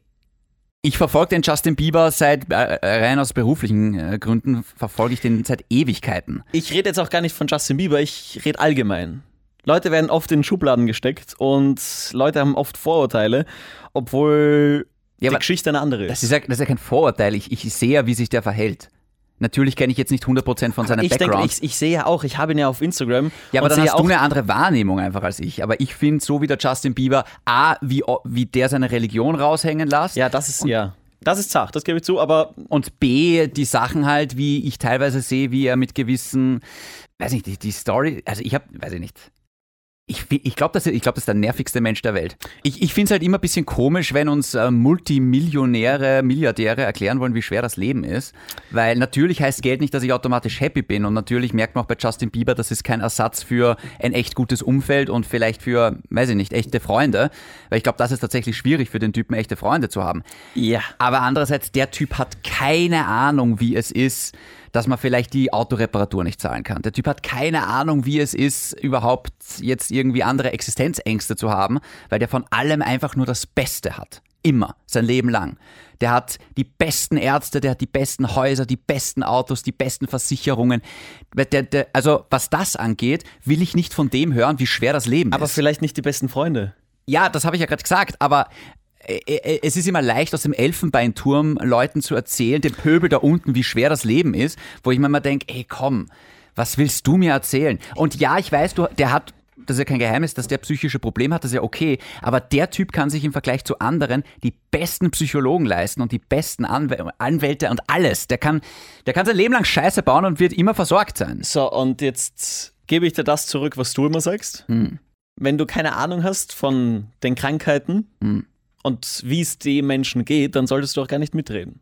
[SPEAKER 2] ich verfolge den Justin Bieber seit, äh, äh, rein aus beruflichen äh, Gründen, verfolge ich den seit Ewigkeiten.
[SPEAKER 1] Ich rede jetzt auch gar nicht von Justin Bieber, ich rede allgemein. Leute werden oft in Schubladen gesteckt und Leute haben oft Vorurteile, obwohl
[SPEAKER 2] Ja,
[SPEAKER 1] die
[SPEAKER 2] aber
[SPEAKER 1] Geschichte eine andere
[SPEAKER 2] Das
[SPEAKER 1] ist.
[SPEAKER 2] ist ja, das ist ja kein Vorurteil, ich, ich sehe ja, wie sich der verhält. Natürlich kenne ich jetzt nicht 100% von seinem
[SPEAKER 1] ich denke,
[SPEAKER 2] Background.
[SPEAKER 1] ich, ich sehe ja auch, ich habe ihn ja auf Instagram.
[SPEAKER 2] Ja, aber
[SPEAKER 1] und
[SPEAKER 2] dann
[SPEAKER 1] sehe
[SPEAKER 2] hast
[SPEAKER 1] auch,
[SPEAKER 2] du eine andere Wahrnehmung einfach als ich. Aber ich finde, so wie der Justin Bieber, A, wie, o- wie der seine Religion raushängen lässt
[SPEAKER 1] Ja, das ist, ja. Das ist zart, das gebe ich zu, aber
[SPEAKER 2] und B, die Sachen halt, wie ich teilweise sehe, wie er mit gewissen, weiß nicht, die, die Story, also ich habe, weiß ich nicht. Ich, fi- ich glaube, das, ist- ich glaub, das ist der nervigste Mensch der Welt. Ich, ich finde es halt immer ein bisschen komisch, wenn uns äh, Multimillionäre, Milliardäre erklären wollen, wie schwer das Leben ist. Weil natürlich heißt Geld nicht, dass ich automatisch happy bin. Und natürlich merkt man auch bei Justin Bieber, das ist kein Ersatz für ein echt gutes Umfeld und vielleicht für, weiß ich nicht, echte Freunde. Weil ich glaube, das ist tatsächlich schwierig für den Typen, echte Freunde zu haben.
[SPEAKER 1] ja.
[SPEAKER 2] Aber andererseits, der Typ hat keine Ahnung, wie es ist, dass man vielleicht die Autoreparatur nicht zahlen kann. Der Typ hat keine Ahnung, wie es ist, überhaupt jetzt irgendwie andere Existenzängste zu haben, weil der von allem einfach nur das Beste hat. Immer, sein Leben lang. Der hat die besten Ärzte, der hat die besten Häuser, die besten Autos, die besten Versicherungen. Weil Der, der, also was das angeht, will ich nicht von dem hören, wie schwer das Leben
[SPEAKER 1] Aber
[SPEAKER 2] ist.
[SPEAKER 1] vielleicht nicht die besten Freunde.
[SPEAKER 2] Ja, das habe ich ja gerade gesagt, aber äh, äh, es ist immer leicht, aus dem Elfenbeinturm Leuten zu erzählen, dem Pöbel da unten, wie schwer das Leben ist, wo ich mir mal denke, ey, komm, was willst du mir erzählen? Und ja, ich weiß, du, der hat, das ist ja kein Geheimnis, dass der psychische Probleme hat, das ist ja okay, aber der Typ kann sich im Vergleich zu anderen die besten Psychologen leisten und die besten Anw Anwälte und alles. Der kann, der kann sein Leben lang Scheiße bauen und wird immer versorgt sein.
[SPEAKER 1] So, und jetzt gebe ich dir das
[SPEAKER 2] Hm. Hm.
[SPEAKER 1] zurück, was du immer sagst. Wenn du keine Ahnung hast von den Krankheiten, und wie es dem Menschen geht, dann solltest du auch gar nicht mitreden.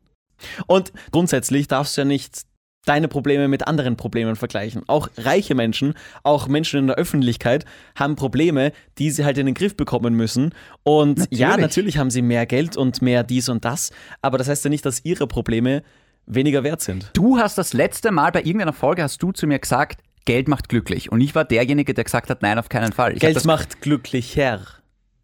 [SPEAKER 1] Und grundsätzlich darfst du ja nicht deine Probleme mit anderen Problemen vergleichen. Auch reiche Menschen, auch Menschen in der Öffentlichkeit haben Probleme, die sie halt in den Griff bekommen müssen. Und ja,
[SPEAKER 2] Natürlich.
[SPEAKER 1] natürlich haben sie mehr Geld und mehr dies und das, aber das heißt ja nicht, dass ihre Probleme weniger wert sind.
[SPEAKER 2] Du hast das letzte Mal bei irgendeiner Folge hast du zu mir gesagt, Geld macht glücklich. Und ich war derjenige, der gesagt hat, nein, auf keinen Fall. Ich habe
[SPEAKER 1] Geld
[SPEAKER 2] das,
[SPEAKER 1] macht glücklicher.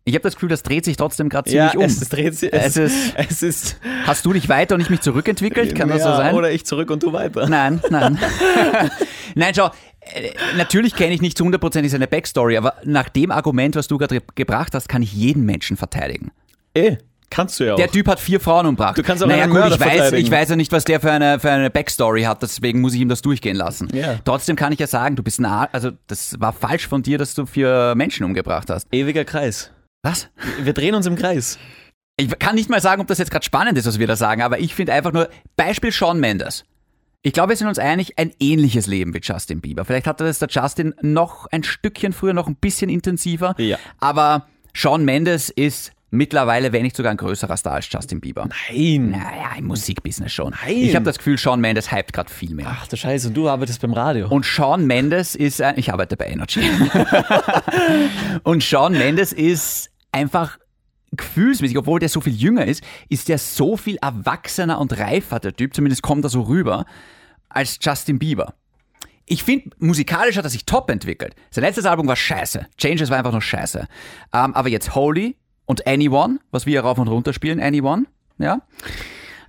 [SPEAKER 2] ich hab das Gefühl, das dreht sich trotzdem gerade ziemlich um.
[SPEAKER 1] es dreht sich. Es,
[SPEAKER 2] Es ist-
[SPEAKER 1] ist. Es ist
[SPEAKER 2] Hast du dich weiter und ich mich zurückentwickelt? Kann das so
[SPEAKER 1] Ja,
[SPEAKER 2] sein?
[SPEAKER 1] Oder ich zurück und du weiter.
[SPEAKER 2] Nein, nein. [laughs] nein, schau, äh, natürlich kenne ich nicht zu 100% seine Backstory, aber nach dem Argument, was du gerade gebracht hast, kann ich jeden Menschen verteidigen.
[SPEAKER 1] Eh, kannst du ja auch.
[SPEAKER 2] Der Typ hat vier Frauen umgebracht.
[SPEAKER 1] Du kannst auch
[SPEAKER 2] naja,
[SPEAKER 1] einen
[SPEAKER 2] gut, ich
[SPEAKER 1] Mörder
[SPEAKER 2] weiß,
[SPEAKER 1] verteidigen.
[SPEAKER 2] ich weiß ja nicht, was der für eine, für eine Backstory hat, deswegen muss ich ihm das durchgehen lassen.
[SPEAKER 1] Ja.
[SPEAKER 2] Trotzdem kann ich ja sagen, du bist ein Ar also das war falsch von dir, dass du vier Menschen umgebracht hast.
[SPEAKER 1] Ewiger Kreis.
[SPEAKER 2] Was?
[SPEAKER 1] Wir drehen uns im Kreis.
[SPEAKER 2] Ich kann nicht mal sagen, ob das jetzt gerade spannend ist, was wir da sagen, aber ich finde einfach nur, Beispiel Sean Mendes. Ich glaube, wir sind uns einig, ein ähnliches Leben wie Justin Bieber. Vielleicht hatte das der Justin noch ein Stückchen früher, noch ein bisschen intensiver.
[SPEAKER 1] Ja.
[SPEAKER 2] Aber Sean Mendes ist mittlerweile, wenn nicht sogar ein größerer Star als Justin Bieber.
[SPEAKER 1] Nein.
[SPEAKER 2] Naja, im Musikbusiness schon. Ich habe das Gefühl, Sean Mendes hypt gerade viel mehr.
[SPEAKER 1] Ach du Scheiße, und du arbeitest beim Radio.
[SPEAKER 2] Und Sean Mendes ist ein, ich arbeite bei Energy. [laughs] und Sean Mendes ist einfach gefühlsmäßig, obwohl der so viel jünger ist, ist der so viel erwachsener und reifer, der Typ, zumindest kommt er so rüber, als Justin Bieber. Ich finde, musikalisch hat er sich top entwickelt. Sein letztes Album war scheiße. Changes war einfach nur scheiße. Ähm, aber jetzt Holy und Anyone, was wir rauf und runter spielen, Anyone, ja.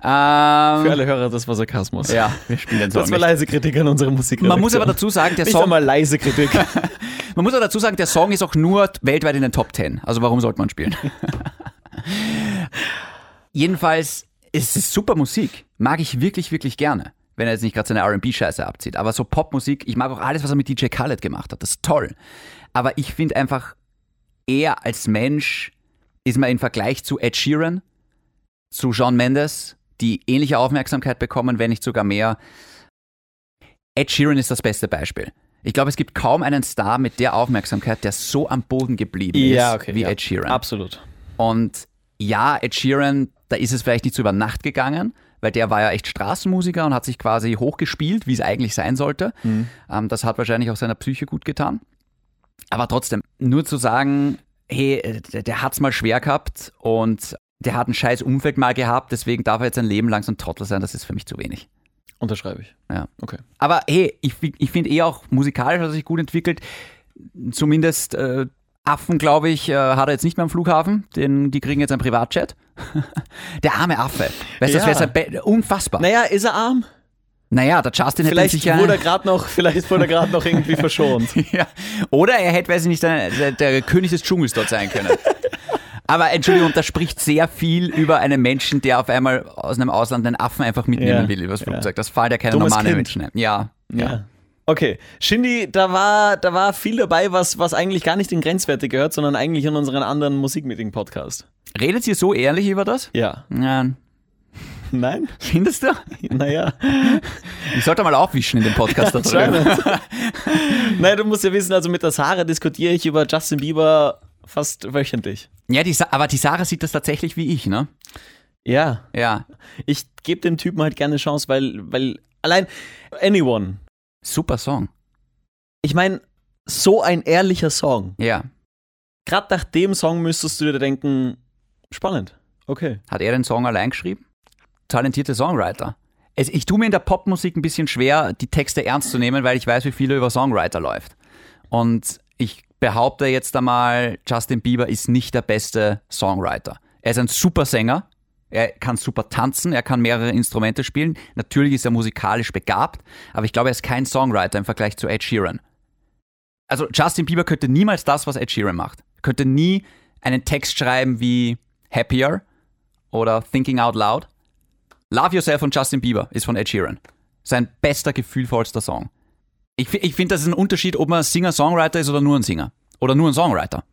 [SPEAKER 2] Ähm,
[SPEAKER 1] Für alle Hörer, das war Sarkasmus.
[SPEAKER 2] ja, [laughs] wir spielen den Song
[SPEAKER 1] Das war
[SPEAKER 2] nicht.
[SPEAKER 1] leise Kritik an unserer Musik.
[SPEAKER 2] Man muss aber dazu sagen, der
[SPEAKER 1] Nicht
[SPEAKER 2] Song,
[SPEAKER 1] einmal leise Kritik. [laughs]
[SPEAKER 2] Man muss auch dazu sagen, der Song ist auch nur weltweit in den Top 10. Also warum sollte man spielen? Jedenfalls ist es super Musik. Mag ich wirklich, wirklich gerne. Wenn er jetzt nicht gerade seine RB-Scheiße abzieht. Aber so Popmusik, ich mag auch alles, was er mit DJ Khaled gemacht hat. Das ist toll. Aber ich finde einfach, er als Mensch ist man im Vergleich zu Ed Sheeran, zu Sean Mendes, die ähnliche Aufmerksamkeit bekommen, wenn nicht sogar mehr. Ed Sheeran ist das beste Beispiel. Ich glaube, es gibt kaum einen Star mit der Aufmerksamkeit, der so am Boden geblieben ist wie
[SPEAKER 1] ja.
[SPEAKER 2] Ed Sheeran.
[SPEAKER 1] Absolut.
[SPEAKER 2] Und ja, Ed Sheeran, da ist es vielleicht nicht so über Nacht gegangen, weil der war ja echt Straßenmusiker und hat sich quasi hochgespielt, wie es eigentlich sein sollte. Ähm, das hat wahrscheinlich auch seiner Psyche gut getan. Aber trotzdem, nur zu sagen, hey, äh, der, der hat's mal schwer gehabt und der hat ein scheiß Umfeld mal gehabt, deswegen darf er jetzt sein Leben lang so ein Trottel sein, das ist für mich zu wenig.
[SPEAKER 1] Unterschreibe ich.
[SPEAKER 2] Ja.
[SPEAKER 1] Okay.
[SPEAKER 2] Aber hey, ich, fi- ich finde eh auch musikalisch hat er sich gut entwickelt. Zumindest äh, Affen, glaube ich, äh, hat er jetzt nicht mehr am Flughafen. Den, die kriegen jetzt einen Privatchat. [laughs] der arme Affe. Weißt du, das
[SPEAKER 1] Ja.
[SPEAKER 2] wäre sein Be- unfassbar.
[SPEAKER 1] Naja, ist er arm?
[SPEAKER 2] Naja, der Justin hätte
[SPEAKER 1] Vielleicht
[SPEAKER 2] sich ja.
[SPEAKER 1] wurde er gerade noch, vielleicht wurde er gerade noch [laughs] irgendwie verschont.
[SPEAKER 2] [laughs] ja. Oder er hätte, weiß ich nicht, der, der, der König des Dschungels dort
[SPEAKER 1] [laughs]
[SPEAKER 2] sein können. Aber Entschuldigung, das spricht sehr viel über einen Menschen, der auf einmal aus einem Ausland einen Affen einfach mitnehmen
[SPEAKER 1] Ja.
[SPEAKER 2] will übers
[SPEAKER 1] Ja.
[SPEAKER 2] Flugzeug. Das fallen ja keine
[SPEAKER 1] Dummes
[SPEAKER 2] normalen
[SPEAKER 1] Kind.
[SPEAKER 2] Menschen ein. Ja.
[SPEAKER 1] Ja. Okay, Shindy, da war, da war viel dabei, was, was eigentlich gar nicht in Grenzwerte gehört, sondern eigentlich in unseren anderen Musikmeeting-Podcast.
[SPEAKER 2] Redet ihr so ehrlich über das?
[SPEAKER 1] Ja.
[SPEAKER 2] Ja.
[SPEAKER 1] Nein?
[SPEAKER 2] Findest du?
[SPEAKER 1] Naja. [laughs]
[SPEAKER 2] Ich sollte mal aufwischen in dem Podcast da drüben.
[SPEAKER 1] Anscheinend. Nein, du musst ja wissen, also mit der Sarah diskutiere ich über Justin Bieber fast wöchentlich.
[SPEAKER 2] Ja, die Sa aber die Sarah sieht das tatsächlich wie ich, ne?
[SPEAKER 1] Ja,
[SPEAKER 2] Ja.
[SPEAKER 1] ich gebe dem Typen halt gerne eine Chance, weil, weil allein Anyone,
[SPEAKER 2] Super Song.
[SPEAKER 1] ich meine, so ein ehrlicher Song.
[SPEAKER 2] Ja.
[SPEAKER 1] Gerade nach dem Song müsstest du dir denken, spannend, okay.
[SPEAKER 2] Hat er den Song allein geschrieben? Talentierte Songwriter. Es, ich tue mir in der Popmusik ein bisschen schwer, die Texte ernst zu nehmen, weil ich weiß, wie viel über Songwriter läuft. Und ich behaupte jetzt einmal, Justin Bieber ist nicht der beste Songwriter. Er ist ein super Sänger, er kann super tanzen, er kann mehrere Instrumente spielen. Natürlich ist er musikalisch begabt, aber ich glaube, er ist kein Songwriter im Vergleich zu Ed Sheeran. Also Justin Bieber könnte niemals das, was Ed Sheeran macht. Könnte nie einen Text schreiben wie Happier oder Thinking Out Loud. Love Yourself von Justin Bieber ist von Ed Sheeran. Sein bester, gefühlvollster Song. Ich, fi- ich finde, das ist ein Unterschied, ob man Singer-Songwriter ist oder nur ein Singer. Oder nur ein Songwriter.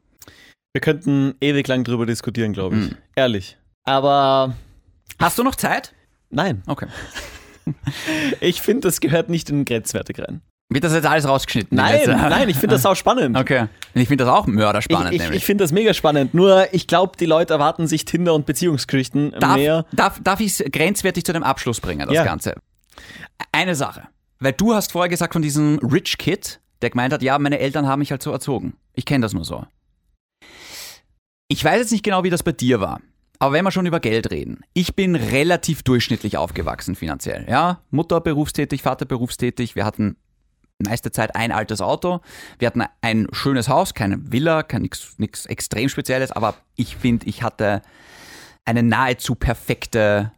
[SPEAKER 1] Wir könnten ewig lang drüber diskutieren, glaube ich. Ehrlich. Aber
[SPEAKER 2] Hast du noch Zeit?
[SPEAKER 1] nein,
[SPEAKER 2] Okay.
[SPEAKER 1] ich finde, das gehört nicht in Grenzwerte rein.
[SPEAKER 2] Wird das jetzt alles rausgeschnitten?
[SPEAKER 1] Nein,
[SPEAKER 2] Jetzt, äh,
[SPEAKER 1] nein, ich finde das auch spannend.
[SPEAKER 2] [laughs] Okay. Ich finde das auch mörderspannend,
[SPEAKER 1] ich ich,
[SPEAKER 2] nämlich.
[SPEAKER 1] ich finde das mega spannend. Nur ich glaube, die Leute erwarten sich Tinder und Beziehungsgeschichten mehr.
[SPEAKER 2] darf darf, darf ich es grenzwertig zu einem Abschluss bringen, das
[SPEAKER 1] Ja.
[SPEAKER 2] Ganze? Eine Sache. Weil du hast vorher gesagt von diesem Rich Kid, der gemeint hat, ja, meine Eltern haben mich halt so erzogen. Ich kenne das nur so. Ich weiß jetzt nicht genau, wie das bei dir war. Aber wenn wir schon über Geld reden, ich bin relativ durchschnittlich aufgewachsen finanziell. Ja, Mutter berufstätig, Vater berufstätig. Wir hatten meiste Zeit ein altes Auto. Wir hatten ein schönes Haus, keine Villa, kein nichts extrem Spezielles. Aber ich finde, ich hatte eine nahezu perfekte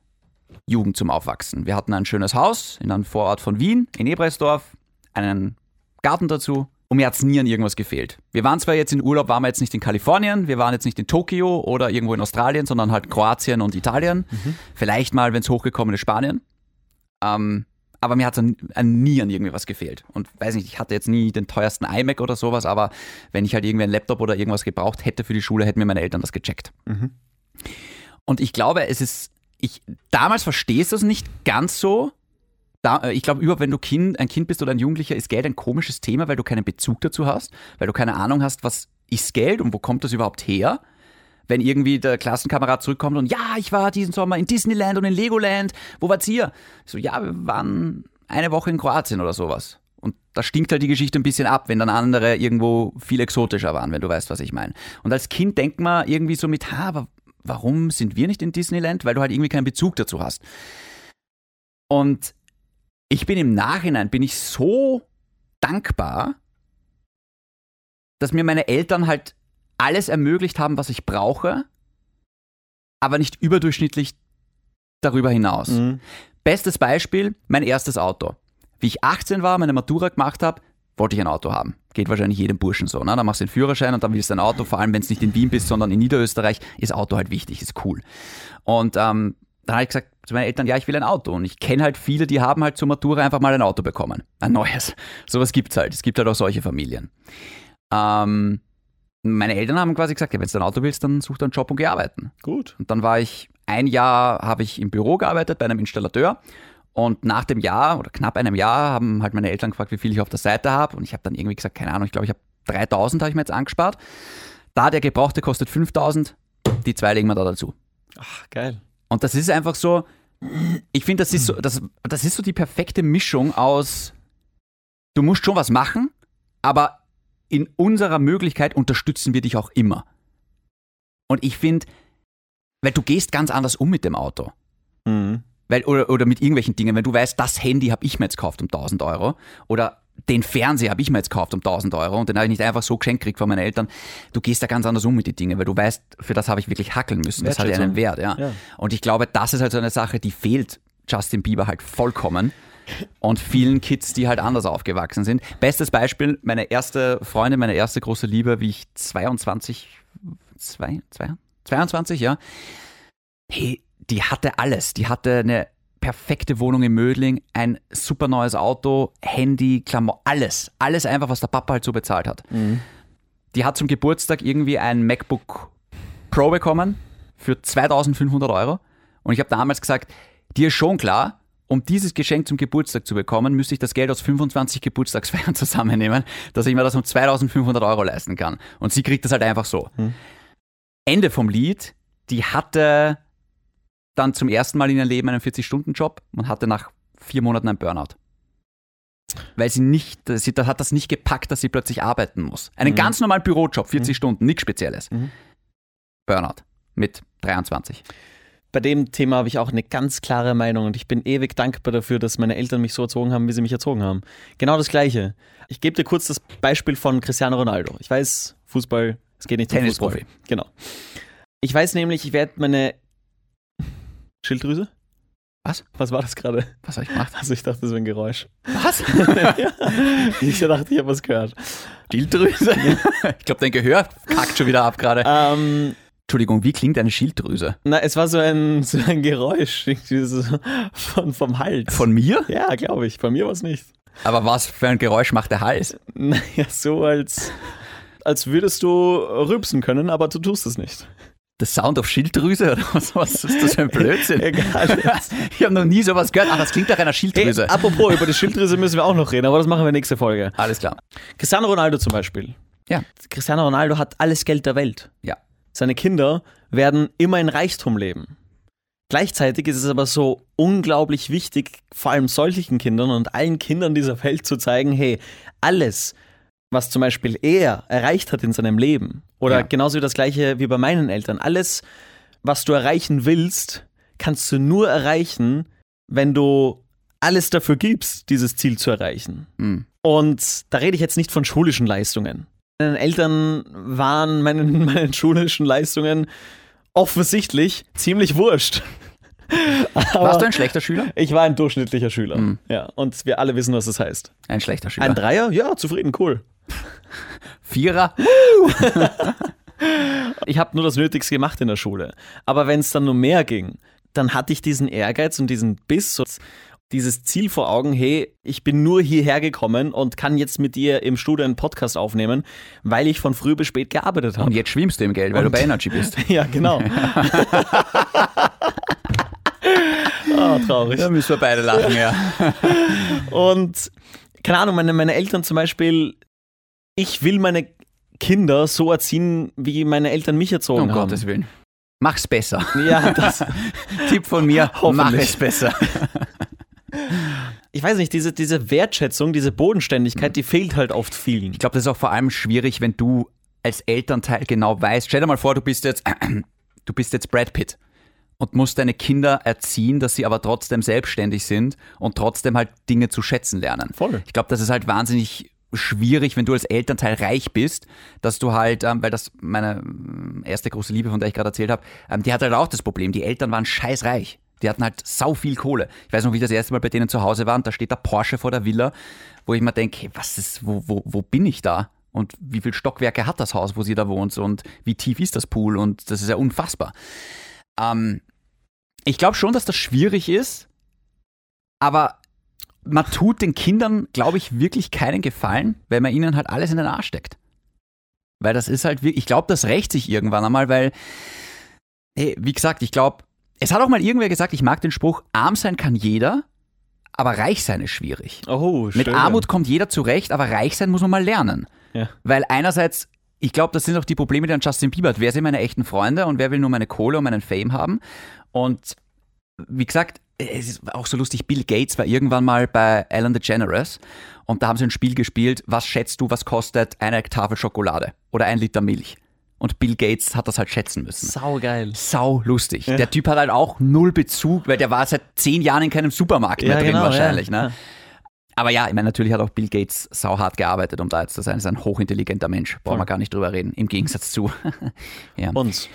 [SPEAKER 2] Jugend zum Aufwachsen. Wir hatten ein schönes Haus in einem Vorort von Wien, in Ebreisdorf, einen Garten dazu und mir hat es nie an irgendwas gefehlt. Wir waren zwar jetzt in Urlaub, waren wir jetzt nicht in Kalifornien, wir waren jetzt nicht in Tokio oder irgendwo in Australien, sondern halt Kroatien und Italien. Vielleicht mal, wenn es hochgekommen ist, Spanien. Ähm, aber mir hat es nie an irgendwie was gefehlt. Und weiß nicht, ich hatte jetzt nie den teuersten iMac oder sowas, aber wenn ich halt irgendwie einen Laptop oder irgendwas gebraucht hätte für die Schule, hätten mir meine Eltern das gecheckt. Und ich glaube, es ist, ich, damals verstehst du es nicht ganz so. Da, äh, ich glaube, überhaupt, wenn du kind, ein Kind bist oder ein Jugendlicher, ist Geld ein komisches Thema, weil du keinen Bezug dazu hast, weil du keine Ahnung hast, was ist Geld und wo kommt das überhaupt her? Wenn irgendwie der Klassenkamerad zurückkommt und ja, ich war diesen Sommer in Disneyland und in Legoland, wo wart's ihr? So, ja, wir waren eine Woche in Kroatien oder sowas. Und da stinkt halt die Geschichte ein bisschen ab, wenn dann andere irgendwo viel exotischer waren, wenn du weißt, was ich meine. Und als Kind denkt man irgendwie so mit, ha, aber warum sind wir nicht in Disneyland? Weil du halt irgendwie keinen Bezug dazu hast. Und ich bin im Nachhinein, bin ich so dankbar, dass mir meine Eltern halt alles ermöglicht haben, was ich brauche, aber nicht überdurchschnittlich darüber hinaus.
[SPEAKER 1] Mhm.
[SPEAKER 2] Bestes Beispiel, mein erstes Auto. Wie ich 18 war, meine Matura gemacht habe, wollte ich ein Auto haben. Geht wahrscheinlich jedem Burschen so. Ne? Dann machst du den Führerschein und dann willst du ein Auto, vor allem wenn es nicht in Wien bist, sondern in Niederösterreich, ist Auto halt wichtig, ist cool. Und ähm, dann habe ich gesagt zu meinen Eltern, ja, ich will ein Auto. Und ich kenne halt viele, die haben halt zur Matura einfach mal ein Auto bekommen. Ein neues. Sowas gibt's halt. Es gibt halt auch solche Familien. Ähm, meine Eltern haben quasi gesagt, ja, wenn du ein Auto willst, dann such dir einen Job und geh arbeiten.
[SPEAKER 1] Gut.
[SPEAKER 2] Und dann war ich ein Jahr habe ich im Büro gearbeitet bei einem Installateur. Und nach dem Jahr oder knapp einem Jahr haben halt meine Eltern gefragt, wie viel ich auf der Seite habe. Und ich habe dann irgendwie gesagt, keine Ahnung, ich glaube, ich habe 3000 habe ich mir jetzt angespart. Da der Gebrauchte kostet 5000, die zwei legen wir da dazu.
[SPEAKER 1] Ach, geil.
[SPEAKER 2] Und das ist einfach so, ich finde, das ist so, das, das ist so die perfekte Mischung aus, du musst schon was machen, aber in unserer Möglichkeit unterstützen wir dich auch immer. Und ich finde, weil du gehst ganz anders um mit dem Auto.
[SPEAKER 1] Mhm.
[SPEAKER 2] Weil, oder, oder mit irgendwelchen Dingen, wenn du weißt, das Handy habe ich mir jetzt gekauft um 1000 Euro oder den Fernseher habe ich mir jetzt gekauft um 1000 Euro und den habe ich nicht einfach so geschenkt gekriegt von meinen Eltern. Du gehst da ganz anders um mit den Dingen, weil du weißt, für das habe ich wirklich hackeln müssen. Das hat ja einen Wert, ja.
[SPEAKER 1] Ja.
[SPEAKER 2] Und ich glaube, das ist halt so eine Sache, die fehlt Justin Bieber halt vollkommen und vielen Kids, die halt anders aufgewachsen sind. Bestes Beispiel, meine erste Freundin, meine erste große Liebe, wie ich 22, zwei, zwei, 22, ja, hey, die hatte alles. Die hatte eine perfekte Wohnung in Mödling, ein super neues Auto, Handy, Klamotten, alles. Alles einfach, was der Papa halt so bezahlt hat. Die hat zum Geburtstag irgendwie ein MacBook Pro bekommen für 2500 Euro. Und ich habe damals gesagt, dir ist schon klar, um dieses Geschenk zum Geburtstag zu bekommen, müsste ich das Geld aus 25 Geburtstagsfeiern [laughs] zusammennehmen, dass ich mir das um 2500 Euro leisten kann. Und sie kriegt das halt einfach so. Ende vom Lied, die hatte dann zum ersten Mal in ihrem Leben einen 40-Stunden-Job und hatte nach vier Monaten einen Burnout. Weil sie nicht, sie da hat das nicht gepackt, dass sie plötzlich arbeiten muss. Einen ganz normalen Bürojob, 40 Stunden, nichts Spezielles. Burnout mit 23.
[SPEAKER 1] Bei dem Thema habe ich auch eine ganz klare Meinung und ich bin ewig dankbar dafür, dass meine Eltern mich so erzogen haben, wie sie mich erzogen haben. Genau das Gleiche. Ich gebe dir kurz das Beispiel von Cristiano Ronaldo. Ich weiß, Fußball, es geht nicht um
[SPEAKER 2] Tennisprofi.
[SPEAKER 1] Fußball. Genau. Ich weiß nämlich, ich werde meine Schilddrüse?
[SPEAKER 2] Was?
[SPEAKER 1] Was war das gerade?
[SPEAKER 2] Was habe ich gemacht?
[SPEAKER 1] [laughs] Also ich dachte, das wäre ein Geräusch.
[SPEAKER 2] [laughs] Was?
[SPEAKER 1] [laughs] Ich dachte, ich habe was gehört.
[SPEAKER 2] Schilddrüse? ich glaube, dein Gehör kackt schon wieder ab gerade.
[SPEAKER 1] [laughs] Ähm,
[SPEAKER 2] Entschuldigung, wie klingt eine Schilddrüse?
[SPEAKER 1] na, es war so ein, so ein Geräusch irgendwie so von, vom Hals.
[SPEAKER 2] Von mir?
[SPEAKER 1] ja, glaube ich. Bei mir war es nicht. [laughs]
[SPEAKER 2] Aber was für ein Geräusch macht der Hals?
[SPEAKER 1] Naja, so als, als würdest du rübsen können, aber du tust es nicht.
[SPEAKER 2] The Sound of Schilddrüse oder [laughs] was, was ist das für ein Blödsinn?
[SPEAKER 1] Egal.
[SPEAKER 2] [laughs] Ich habe noch nie sowas gehört. Ah, das klingt nach einer Schilddrüse.
[SPEAKER 1] Hey, apropos, über die Schilddrüse müssen wir auch noch reden, aber das machen wir nächste Folge.
[SPEAKER 2] Alles klar.
[SPEAKER 1] Cristiano Ronaldo zum Beispiel.
[SPEAKER 2] Ja.
[SPEAKER 1] Cristiano Ronaldo hat alles Geld der Welt.
[SPEAKER 2] Ja.
[SPEAKER 1] Seine Kinder werden immer in Reichtum leben. Gleichzeitig ist es aber so unglaublich wichtig, vor allem solchen Kindern und allen Kindern dieser Welt zu zeigen, hey, alles, was zum Beispiel er erreicht hat in seinem Leben, oder
[SPEAKER 2] Ja.
[SPEAKER 1] genauso wie das gleiche wie bei meinen Eltern, alles, was du erreichen willst, kannst du nur erreichen, wenn du alles dafür gibst, dieses Ziel zu erreichen.
[SPEAKER 2] Mhm.
[SPEAKER 1] Und da rede ich jetzt nicht von schulischen Leistungen. Meinen Eltern waren meine, [laughs] meine schulischen Leistungen offensichtlich ziemlich wurscht.
[SPEAKER 2] Warst du ein schlechter Schüler?
[SPEAKER 1] Ich war ein durchschnittlicher Schüler. Ja, und wir alle wissen, was das heißt.
[SPEAKER 2] Ein schlechter Schüler.
[SPEAKER 1] Ein Dreier? Ja, zufrieden, cool.
[SPEAKER 2] Vierer?
[SPEAKER 1] Ich habe nur das Nötigste gemacht in der Schule. Aber wenn es dann nur mehr ging, dann hatte ich diesen Ehrgeiz und diesen Biss und dieses Ziel vor Augen, hey, ich bin nur hierher gekommen und kann jetzt mit dir im Studio einen Podcast aufnehmen, weil ich von früh bis spät gearbeitet habe.
[SPEAKER 2] Und jetzt schwimmst du im Geld, weil du
[SPEAKER 1] Und-
[SPEAKER 2] bei Energy bist.
[SPEAKER 1] [laughs] Ja, genau. Ah, traurig.
[SPEAKER 2] Da müssen wir beide lachen, ja.
[SPEAKER 1] Und keine Ahnung, meine, meine Eltern zum Beispiel, ich will meine Kinder so erziehen, wie meine Eltern mich erzogen
[SPEAKER 2] Um
[SPEAKER 1] haben.
[SPEAKER 2] Gottes Willen. Mach's besser.
[SPEAKER 1] [laughs] Ja, das,
[SPEAKER 2] Tipp von mir,
[SPEAKER 1] Hoffentlich.
[SPEAKER 2] mach es besser.
[SPEAKER 1] ich weiß nicht, diese, diese Wertschätzung, diese Bodenständigkeit, die fehlt halt oft vielen.
[SPEAKER 2] Ich glaube, das ist auch vor allem schwierig, wenn du als Elternteil genau weißt. Stell dir mal vor, du bist jetzt, [clears throat] du bist jetzt Brad Pitt und musst deine Kinder erziehen, dass sie aber trotzdem selbstständig sind und trotzdem halt Dinge zu schätzen lernen.
[SPEAKER 1] Voll.
[SPEAKER 2] Ich glaube, das ist halt wahnsinnig schwierig, wenn du als Elternteil reich bist, dass du halt, ähm, weil das meine ähm, erste große Liebe, von der ich gerade erzählt habe, ähm, die hatte halt auch das Problem, die Eltern waren scheißreich. Die hatten halt sau viel Kohle. Ich weiß noch, wie ich das erste Mal bei denen zu Hause war und da steht der Porsche vor der Villa, wo ich mir denke, hey, was ist, wo, wo, wo bin ich da? Und wie viele Stockwerke hat das Haus, wo sie da wohnt? Und wie tief ist das Pool? Und das ist ja unfassbar. Ähm, ich glaube schon, dass das schwierig ist, aber man tut den Kindern, glaube ich, wirklich keinen Gefallen, wenn man ihnen halt alles in den Arsch steckt. Weil das ist halt wirklich, ich glaube, das rächt sich irgendwann einmal, weil, hey, wie gesagt, ich glaube, es hat auch mal irgendwer gesagt, ich mag den Spruch, arm sein kann jeder, aber reich sein ist schwierig.
[SPEAKER 1] Oh,
[SPEAKER 2] Mit Armut kommt jeder zurecht, aber reich sein muss man mal lernen.
[SPEAKER 1] Ja.
[SPEAKER 2] Weil einerseits, ich glaube, das sind auch die Probleme, die an Justin Bieber hat. Wer sind meine echten Freunde und wer will nur meine Kohle und meinen Fame haben? Und wie gesagt, es ist auch so lustig, Bill Gates war irgendwann mal bei Alan DeGeneres und da haben sie ein Spiel gespielt, was schätzt du, was kostet eine Tafel Schokolade oder ein Liter Milch? Und Bill Gates hat das halt schätzen müssen
[SPEAKER 1] Saugeil.
[SPEAKER 2] sau lustig. Der Typ hat halt auch null Bezug, weil der war seit zehn Jahren in keinem Supermarkt mehr
[SPEAKER 1] Ja,
[SPEAKER 2] drin
[SPEAKER 1] genau,
[SPEAKER 2] wahrscheinlich.
[SPEAKER 1] ja.
[SPEAKER 2] Ne? Aber ja, ich meine, natürlich hat auch Bill Gates sau hart gearbeitet, um da jetzt zu sein. Ist ein hochintelligenter Mensch. Brauchen wir gar nicht drüber reden. Im Gegensatz zu [laughs] ja,
[SPEAKER 1] Uns.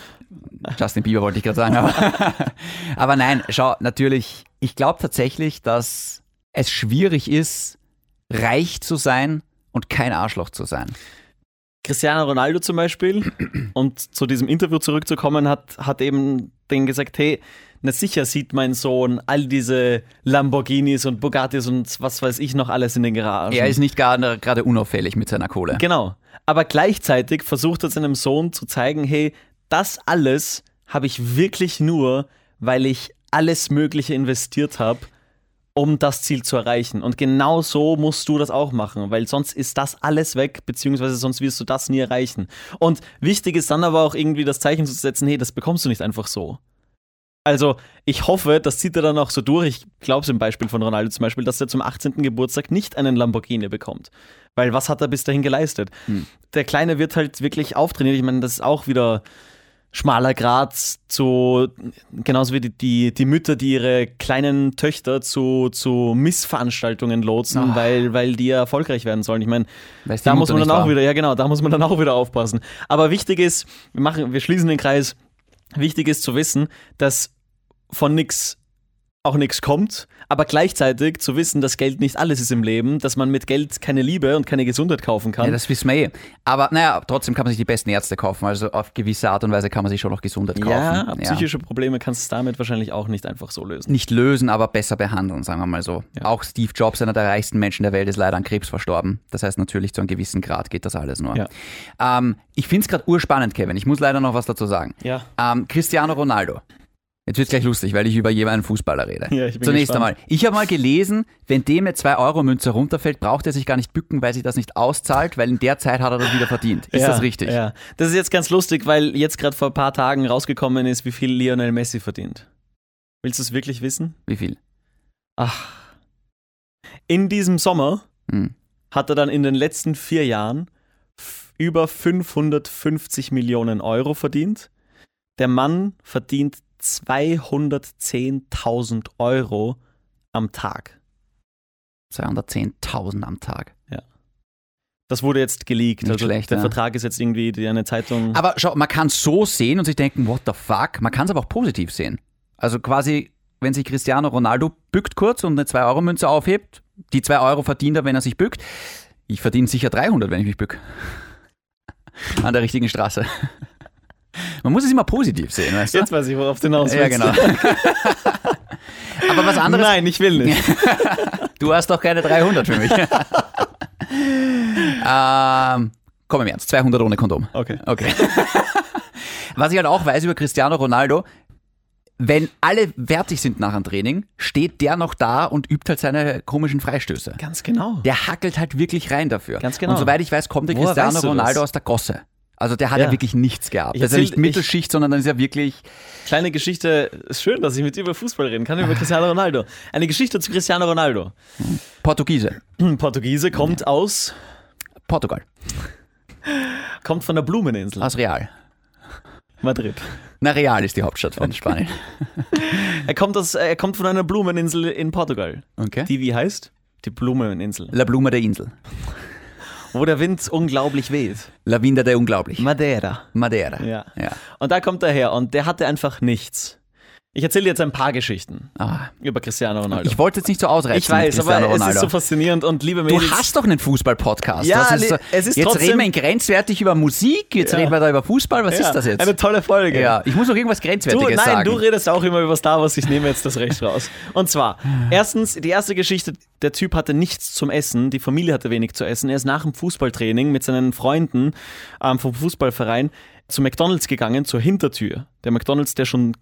[SPEAKER 2] Justin Bieber wollte ich gerade sagen. Aber, [laughs] aber nein, schau, natürlich, ich glaube tatsächlich, dass es schwierig ist, reich zu sein und kein Arschloch zu sein.
[SPEAKER 1] Cristiano Ronaldo zum Beispiel, und zu diesem Interview zurückzukommen, hat, hat eben denen gesagt, hey, na sicher sieht mein Sohn all diese Lamborghinis und Bugattis und was weiß ich noch alles in den Garagen.
[SPEAKER 2] Er ist nicht gerade gerade unauffällig mit seiner Kohle.
[SPEAKER 1] Genau. Aber gleichzeitig versucht er seinem Sohn zu zeigen, hey, das alles habe ich wirklich nur, weil ich alles Mögliche investiert habe, um das Ziel zu erreichen. Und genau so musst du das auch machen, weil sonst ist das alles weg, beziehungsweise sonst wirst du das nie erreichen. Und wichtig ist dann aber auch irgendwie das Zeichen zu setzen, hey, das bekommst du nicht einfach so. Also, ich hoffe, das zieht er dann auch so durch. Ich glaube es im Beispiel von Ronaldo zum Beispiel, dass er zum 18. Geburtstag nicht einen Lamborghini bekommt. Weil was hat er bis dahin geleistet? Der Kleine wird halt wirklich auftrainiert. Ich meine, das ist auch wieder schmaler Grad zu, genauso wie die, die, die Mütter, die ihre kleinen Töchter zu, zu Missveranstaltungen lotsen,
[SPEAKER 2] Ah.
[SPEAKER 1] weil, weil die ja erfolgreich werden sollen. Ich meine,
[SPEAKER 2] Weiß die
[SPEAKER 1] da
[SPEAKER 2] Mutter
[SPEAKER 1] muss man
[SPEAKER 2] nicht
[SPEAKER 1] dann auch
[SPEAKER 2] wahr.
[SPEAKER 1] wieder, ja genau, da muss man dann auch wieder aufpassen. Aber wichtig ist, wir machen, wir schließen den Kreis. Wichtig ist zu wissen, dass von nichts auch nichts kommt, aber gleichzeitig zu wissen, dass Geld nicht alles ist im Leben, dass man mit Geld keine Liebe und keine Gesundheit kaufen kann.
[SPEAKER 2] Ja, das wissen wir eh. Aber naja, trotzdem kann man sich die besten Ärzte kaufen. Also auf gewisse Art und Weise kann man sich schon noch Gesundheit kaufen.
[SPEAKER 1] ja psychische Probleme kannst du damit wahrscheinlich auch nicht einfach so lösen.
[SPEAKER 2] Nicht lösen, aber besser behandeln, sagen wir mal so. Auch Steve Jobs, einer der reichsten Menschen der Welt, ist leider an Krebs verstorben. Das heißt natürlich, zu einem gewissen Grad geht das alles nur.
[SPEAKER 1] Ja.
[SPEAKER 2] Ähm, ich finde es gerade urspannend, Kevin. Ich muss leider noch was dazu sagen.
[SPEAKER 1] Ja.
[SPEAKER 2] Ähm, Cristiano Ronaldo. Jetzt wird gleich lustig, weil ich über jemanden Fußballer rede.
[SPEAKER 1] Ja, ich bin
[SPEAKER 2] Zunächst
[SPEAKER 1] gespannt.
[SPEAKER 2] einmal, ich habe mal gelesen, wenn dem eine 2-Euro-Münze runterfällt, braucht er sich gar nicht bücken, weil sich das nicht auszahlt, weil in der Zeit hat er das wieder verdient. Ist
[SPEAKER 1] ja,
[SPEAKER 2] das richtig?
[SPEAKER 1] Ja. Das ist jetzt ganz lustig, weil jetzt gerade vor ein paar Tagen rausgekommen ist, wie viel Lionel Messi verdient. Willst du es wirklich wissen?
[SPEAKER 2] Wie viel?
[SPEAKER 1] Ach. In diesem Sommer
[SPEAKER 2] Hm.
[SPEAKER 1] hat er dann in den letzten vier Jahren f- über 550 Millionen Euro verdient. Der Mann verdient 210.000 Euro am Tag.
[SPEAKER 2] 210.000 am Tag.
[SPEAKER 1] Das wurde jetzt geleakt.
[SPEAKER 2] Nicht
[SPEAKER 1] also
[SPEAKER 2] schlecht,
[SPEAKER 1] der
[SPEAKER 2] ja.
[SPEAKER 1] Vertrag ist jetzt irgendwie die eine Zeitung.
[SPEAKER 2] Aber schau, man kann es so sehen und sich denken, what the fuck? Man kann es aber auch positiv sehen. Also quasi, wenn sich Cristiano Ronaldo bückt kurz und eine 2-Euro-Münze aufhebt, die 2 Euro verdient er, wenn er sich bückt. Ich verdiene sicher 300, wenn ich mich bück. [laughs] An der richtigen Straße. Man muss es immer positiv sehen, weißt du?
[SPEAKER 1] [laughs] jetzt weiß ich, worauf du hinaus willst. [laughs]
[SPEAKER 2] ja, genau. [laughs] aber was anderes,
[SPEAKER 1] Nein, ich will nicht.
[SPEAKER 2] du hast doch keine 300 für
[SPEAKER 1] [laughs]
[SPEAKER 2] mich. ähm, komm im Ernst, 200 ohne Kondom.
[SPEAKER 1] Okay. [laughs]
[SPEAKER 2] Okay. Was ich halt auch weiß über Cristiano Ronaldo, wenn alle fertig sind nach dem Training, steht der noch da und übt halt seine komischen Freistöße.
[SPEAKER 1] Ganz genau.
[SPEAKER 2] Der hackelt halt wirklich rein dafür.
[SPEAKER 1] Ganz genau.
[SPEAKER 2] Und soweit ich weiß, kommt der
[SPEAKER 1] Woher
[SPEAKER 2] Cristiano
[SPEAKER 1] weißt du
[SPEAKER 2] Ronaldo
[SPEAKER 1] das?
[SPEAKER 2] aus der Gosse. Also der hat ja,
[SPEAKER 1] Ja.
[SPEAKER 2] wirklich nichts gehabt.
[SPEAKER 1] Ich
[SPEAKER 2] Das ist ja
[SPEAKER 1] erzähl-
[SPEAKER 2] nicht Mittelschicht, sondern dann ist ja wirklich
[SPEAKER 1] Kleine Geschichte, ist schön, dass ich mit dir über Fußball reden kann,
[SPEAKER 2] [laughs]
[SPEAKER 1] über Cristiano Ronaldo. Eine Geschichte zu Cristiano Ronaldo.
[SPEAKER 2] Portugiese.
[SPEAKER 1] Ein Portugiese kommt aus,
[SPEAKER 2] Portugal.
[SPEAKER 1] kommt von der Blumeninsel,
[SPEAKER 2] Aus Real.
[SPEAKER 1] Madrid.
[SPEAKER 2] Na, Real ist die Hauptstadt von Spanien.
[SPEAKER 1] Er kommt, aus, er kommt von einer Blumeninsel in Portugal,
[SPEAKER 2] Okay.
[SPEAKER 1] die wie heißt? Die Blumeninsel,
[SPEAKER 2] La Bluma der Insel.
[SPEAKER 1] wo der Wind unglaublich weht.
[SPEAKER 2] La Vinda der Unglaublich.
[SPEAKER 1] Madeira.
[SPEAKER 2] Madeira.
[SPEAKER 1] Ja.
[SPEAKER 2] ja.
[SPEAKER 1] Und da kommt er her und der hatte einfach nichts. Ich erzähle dir jetzt ein paar Geschichten
[SPEAKER 2] Ah.
[SPEAKER 1] über Cristiano Ronaldo.
[SPEAKER 2] Ich wollte jetzt nicht so ausreizen.
[SPEAKER 1] Ich
[SPEAKER 2] mit
[SPEAKER 1] weiß, aber
[SPEAKER 2] Cristiano
[SPEAKER 1] es ist
[SPEAKER 2] Ronaldo.
[SPEAKER 1] so faszinierend und liebe
[SPEAKER 2] Du
[SPEAKER 1] Mädels,
[SPEAKER 2] hast doch einen Fußball-Podcast.
[SPEAKER 1] Ja,
[SPEAKER 2] Was
[SPEAKER 1] le-
[SPEAKER 2] so-
[SPEAKER 1] es ist
[SPEAKER 2] jetzt
[SPEAKER 1] trotzdem-
[SPEAKER 2] reden wir in grenzwertig über Musik, jetzt
[SPEAKER 1] Ja.
[SPEAKER 2] reden wir da über Fußball. Was
[SPEAKER 1] Ja,
[SPEAKER 2] ist das jetzt?
[SPEAKER 1] Eine tolle Folge.
[SPEAKER 2] ja, ich muss noch irgendwas
[SPEAKER 1] Du,
[SPEAKER 2] Grenzwertiges
[SPEAKER 1] nein,
[SPEAKER 2] sagen.
[SPEAKER 1] du redest auch immer über Star Wars. Ich nehme jetzt das Recht raus. Und
[SPEAKER 2] [laughs]
[SPEAKER 1] zwar, erstens, die erste Geschichte, der Typ hatte nichts zum Essen, die Familie hatte wenig zu essen. Er ist nach dem Fußballtraining mit seinen Freunden ähm, vom Fußballverein zu McDonalds gegangen, zur Hintertür. Der McDonalds, der schon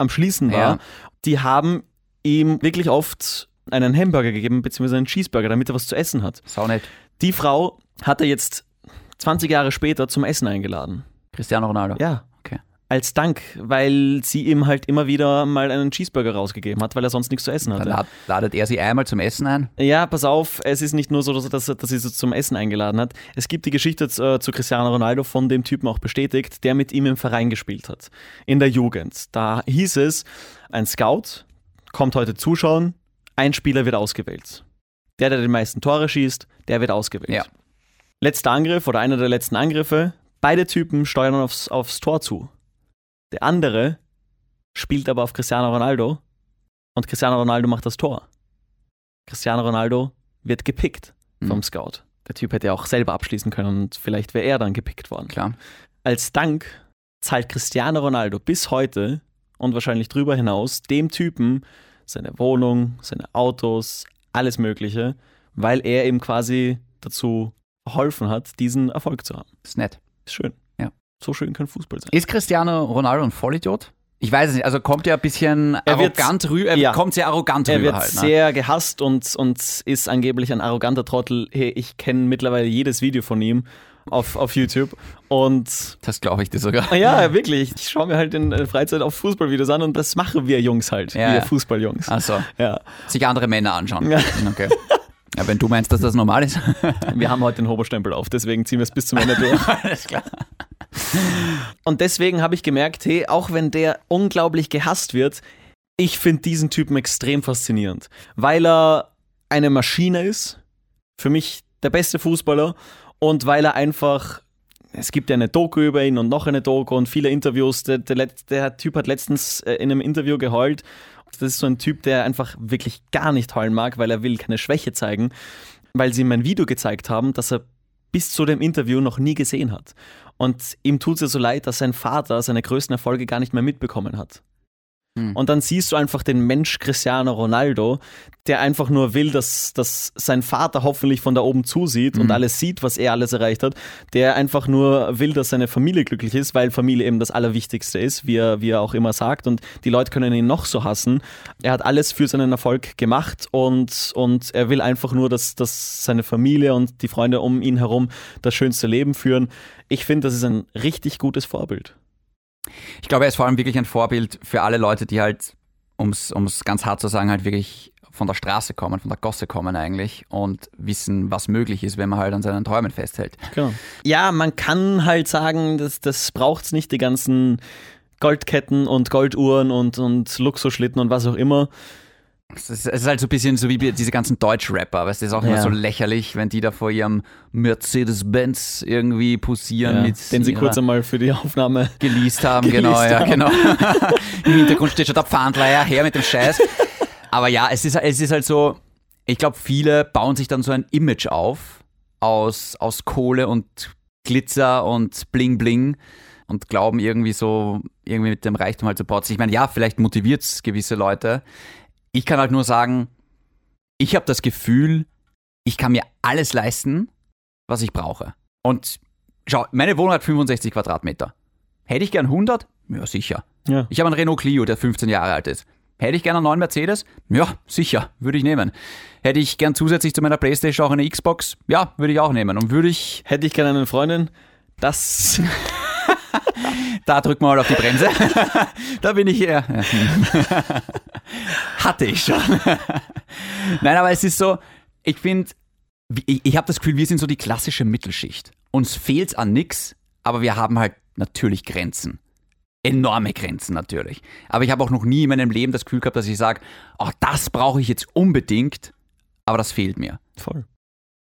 [SPEAKER 1] am Schließen war.
[SPEAKER 2] Ja.
[SPEAKER 1] Die haben ihm wirklich oft einen Hamburger gegeben, beziehungsweise einen Cheeseburger, damit er was zu essen hat.
[SPEAKER 2] Sau nett.
[SPEAKER 1] Die Frau hat er jetzt 20 Jahre später zum Essen eingeladen.
[SPEAKER 2] Cristiano Ronaldo.
[SPEAKER 1] Ja.
[SPEAKER 2] Okay.
[SPEAKER 1] Als Dank, weil sie ihm halt immer wieder mal einen Cheeseburger rausgegeben hat, weil er sonst nichts zu essen
[SPEAKER 2] Dann
[SPEAKER 1] hatte.
[SPEAKER 2] lad- ladet er sie einmal zum Essen ein.
[SPEAKER 1] Ja, pass auf, es ist nicht nur so, dass, dass, dass sie sie zum Essen eingeladen hat. Es gibt die Geschichte äh, zu Cristiano Ronaldo von dem Typen auch bestätigt, der mit ihm im Verein gespielt hat, in der Jugend. Da hieß es, ein Scout kommt heute zuschauen, ein Spieler wird ausgewählt. Der, der die meisten Tore schießt, der wird ausgewählt.
[SPEAKER 2] Ja.
[SPEAKER 1] Letzter Angriff oder einer der letzten Angriffe, beide Typen steuern aufs, aufs Tor zu. Der andere spielt aber auf Cristiano Ronaldo und Cristiano Ronaldo macht das Tor. Cristiano Ronaldo wird gepickt vom
[SPEAKER 2] Mhm.
[SPEAKER 1] Scout. Der Typ hätte ja auch selber abschließen können und vielleicht wäre er dann gepickt worden.
[SPEAKER 2] Klar.
[SPEAKER 1] Als Dank zahlt Cristiano Ronaldo bis heute und wahrscheinlich drüber hinaus dem Typen seine Wohnung, seine Autos, alles Mögliche, weil er ihm quasi dazu geholfen hat, diesen Erfolg zu haben.
[SPEAKER 2] Ist nett.
[SPEAKER 1] Ist schön.
[SPEAKER 2] Ja.
[SPEAKER 1] So schön kann Fußball sein.
[SPEAKER 2] Ist Cristiano Ronaldo ein Vollidiot? Ich weiß es nicht. Also kommt er ein bisschen
[SPEAKER 1] wird-
[SPEAKER 2] arrogant rüber. Er
[SPEAKER 1] ja.
[SPEAKER 2] kommt sehr arrogant
[SPEAKER 1] Er
[SPEAKER 2] rüber
[SPEAKER 1] wird
[SPEAKER 2] halt. ne?
[SPEAKER 1] sehr gehasst und, und ist angeblich ein arroganter Trottel. Hey, ich kenne mittlerweile jedes Video von ihm auf, auf YouTube. Und
[SPEAKER 2] Das glaube ich
[SPEAKER 1] [laughs]
[SPEAKER 2] dir sogar.
[SPEAKER 1] ja, wirklich, ich schaue mir halt in der Freizeit auch Fußballvideos an und das machen wir Jungs halt.
[SPEAKER 2] Ja,
[SPEAKER 1] wir
[SPEAKER 2] ja.
[SPEAKER 1] Fußballjungs.
[SPEAKER 2] Also
[SPEAKER 1] Ja.
[SPEAKER 2] sich andere Männer anschauen.
[SPEAKER 1] Ja.
[SPEAKER 2] Okay. Ja, wenn du meinst, dass das normal ist.
[SPEAKER 1] Wir haben heute den Hobo-Stempel auf, deswegen ziehen wir es bis zum Ende durch. [laughs]
[SPEAKER 2] Alles klar.
[SPEAKER 1] Und deswegen habe ich gemerkt, hey, auch wenn der unglaublich gehasst wird, ich finde diesen Typen extrem faszinierend, weil er eine Maschine ist, für mich der beste Fußballer und weil er einfach, es gibt ja eine Doku über ihn und noch eine Doku und viele Interviews, der, der, Let- der Typ hat letztens äh, in einem Interview geheult, Das ist so ein Typ, der einfach wirklich gar nicht heulen mag, weil er will keine Schwäche zeigen, weil sie ihm ein Video gezeigt haben, das er bis zu dem Interview noch nie gesehen hat. Und ihm tut es ja so leid, dass sein Vater seine größten Erfolge gar nicht mehr mitbekommen hat. Und dann siehst du einfach den Mensch Cristiano Ronaldo, der einfach nur will, dass, dass sein Vater hoffentlich von da oben zusieht und alles sieht, was er alles erreicht hat, der einfach nur will, dass seine Familie glücklich ist, weil Familie eben das Allerwichtigste ist, wie er, wie er auch immer sagt. Und die Leute können ihn noch so hassen. Er hat alles für seinen Erfolg gemacht und, und er will einfach nur, dass, dass seine Familie und die Freunde um ihn herum das schönste Leben führen. Ich finde, das ist ein richtig gutes Vorbild.
[SPEAKER 2] Ich glaube, er ist vor allem wirklich ein Vorbild für alle Leute, die halt, um es ganz hart zu sagen, halt wirklich von der Straße kommen, von der Gosse kommen eigentlich und wissen, was möglich ist, wenn man halt an seinen Träumen festhält.
[SPEAKER 1] Genau. Ja, man kann halt sagen, das, das braucht es nicht, die ganzen Goldketten und Golduhren und, und Luxusschlitten und was auch immer.
[SPEAKER 2] Es ist, es ist halt so ein bisschen so wie diese ganzen Deutsch-Rapper, weißt du, das ist auch immer
[SPEAKER 1] Ja.
[SPEAKER 2] so lächerlich, wenn die da vor ihrem Mercedes-Benz irgendwie posieren
[SPEAKER 1] Ja,
[SPEAKER 2] mit
[SPEAKER 1] den sie
[SPEAKER 2] ihrer-
[SPEAKER 1] kurz einmal für die [laughs] Aufnahme.
[SPEAKER 2] geleast haben,
[SPEAKER 1] Geleast
[SPEAKER 2] genau, ja,
[SPEAKER 1] haben.
[SPEAKER 2] genau. Im Hintergrund steht schon der Pfandler, ja, her mit dem Scheiß. Aber ja, es ist, es ist halt so, ich glaube, viele bauen sich dann so ein Image auf aus, aus Kohle und Glitzer und Bling Bling und glauben irgendwie so, irgendwie mit dem Reichtum halt zu protzen. Ich meine, ja, vielleicht motiviert es gewisse Leute. Ich kann halt nur sagen, ich habe das Gefühl, ich kann mir alles leisten, was ich brauche. Und schau, meine Wohnung hat 65 Quadratmeter. Hätte ich gern 100? Ja, sicher.
[SPEAKER 1] Ja.
[SPEAKER 2] Ich habe einen Renault Clio, der 15 Jahre alt ist. Hätte ich gern einen neuen Mercedes? Ja, sicher, würde ich nehmen. Hätte ich gern zusätzlich zu meiner Playstation auch eine Xbox? Ja, würde ich auch nehmen. Und würde ich,
[SPEAKER 1] Hätte ich gerne eine Freundin, das [laughs]
[SPEAKER 2] da drück mal auf die Bremse. [laughs] da bin ich eher. [laughs] Ja. Hatte ich schon. Nein, aber es ist so, ich finde, ich, ich habe das Gefühl, wir sind so die klassische Mittelschicht. Uns fehlt's an nix, aber wir haben halt natürlich Grenzen. Enorme Grenzen natürlich. Aber ich habe auch noch nie in meinem Leben das Gefühl gehabt, dass ich sage, oh, das brauche ich jetzt unbedingt, aber das fehlt mir.
[SPEAKER 1] voll.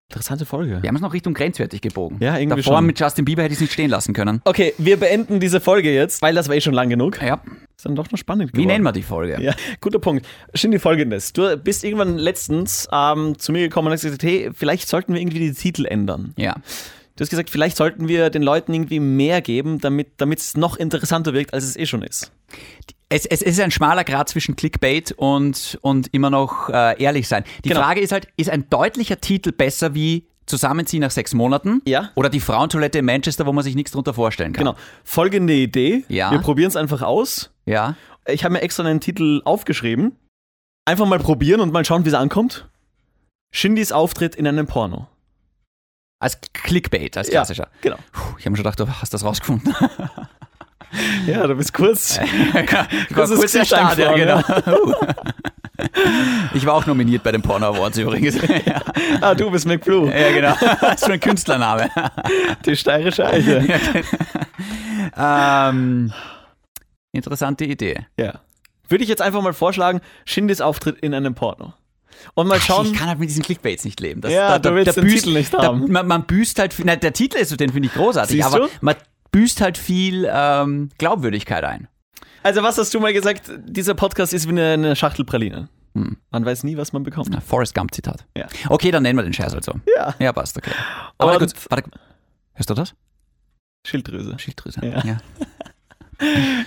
[SPEAKER 1] Interessante Folge.
[SPEAKER 2] Wir haben es noch Richtung grenzwertig gebogen.
[SPEAKER 1] Ja, irgendwie
[SPEAKER 2] Davor
[SPEAKER 1] schon.
[SPEAKER 2] mit Justin Bieber hätte ich es nicht stehen lassen können.
[SPEAKER 1] Okay, wir beenden diese Folge jetzt, weil das war eh schon lang genug.
[SPEAKER 2] Ja,
[SPEAKER 1] Ist dann doch noch spannend
[SPEAKER 2] wie
[SPEAKER 1] geworden.
[SPEAKER 2] nennen wir die Folge?
[SPEAKER 1] Ja, guter Punkt. Shindy, folgendes. Du bist irgendwann letztens ähm, zu mir gekommen und hast gesagt, hey, vielleicht sollten wir irgendwie die Titel ändern.
[SPEAKER 2] ja.
[SPEAKER 1] Du hast gesagt, vielleicht sollten wir den Leuten irgendwie mehr geben, damit es noch interessanter wirkt, als es eh schon ist.
[SPEAKER 2] Es, es ist ein schmaler Grad zwischen Clickbait und, und immer noch äh, ehrlich sein. Die
[SPEAKER 1] Genau.
[SPEAKER 2] Frage ist halt, ist ein deutlicher Titel besser wie Zusammenziehen nach sechs Monaten?
[SPEAKER 1] Ja.
[SPEAKER 2] Oder die Frauentoilette in Manchester, wo man sich nichts drunter vorstellen kann?
[SPEAKER 1] Genau. Folgende Idee.
[SPEAKER 2] Ja.
[SPEAKER 1] Wir probieren es einfach aus.
[SPEAKER 2] Ja.
[SPEAKER 1] Ich habe mir extra einen Titel aufgeschrieben. Einfach mal probieren und mal schauen, wie es ankommt. Shindys Auftritt in einem Porno.
[SPEAKER 2] Als Clickbait, als klassischer.
[SPEAKER 1] Ja, genau.
[SPEAKER 2] Puh, ich habe schon gedacht, du hast das rausgefunden.
[SPEAKER 1] Ja, du bist
[SPEAKER 2] [laughs]
[SPEAKER 1] kurz.
[SPEAKER 2] Kurz
[SPEAKER 1] ist
[SPEAKER 2] der Start, ja, genau.
[SPEAKER 1] Gesicht
[SPEAKER 2] Uh. ich war auch nominiert bei den Porno Awards übrigens.
[SPEAKER 1] [laughs]
[SPEAKER 2] ja,
[SPEAKER 1] ah, du bist McBlue,
[SPEAKER 2] genau. [laughs] Das ist schon ein Künstlername.
[SPEAKER 1] die steirische Eiche.
[SPEAKER 2] [laughs] Ähm, interessante Idee.
[SPEAKER 1] Ja. Würde ich jetzt einfach mal vorschlagen, Shindys Auftritt in einem Porno. Und mal schauen.
[SPEAKER 2] Ich kann halt mit diesen Clickbaits nicht leben. Das,
[SPEAKER 1] Ja, du willst den Titel nicht haben.
[SPEAKER 2] Da, man, man büßt halt, viel- na, der Titel ist, so, den finde ich großartig,
[SPEAKER 1] Siehst
[SPEAKER 2] aber
[SPEAKER 1] du?
[SPEAKER 2] man büßt halt viel ähm, Glaubwürdigkeit ein.
[SPEAKER 1] Also, was hast du mal gesagt? Dieser Podcast ist wie eine, eine Schachtel Pralinen.
[SPEAKER 2] Hm.
[SPEAKER 1] Man weiß nie, was man bekommt.
[SPEAKER 2] Na, Forrest Gump Zitat.
[SPEAKER 1] Ja.
[SPEAKER 2] Okay, dann nennen wir den Scheiß halt so.
[SPEAKER 1] Ja.
[SPEAKER 2] Ja, passt, okay. Aber warte
[SPEAKER 1] Und-
[SPEAKER 2] kurz, warte. Hörst du das?
[SPEAKER 1] Schilddrüse.
[SPEAKER 2] Schilddrüse.
[SPEAKER 1] Ja.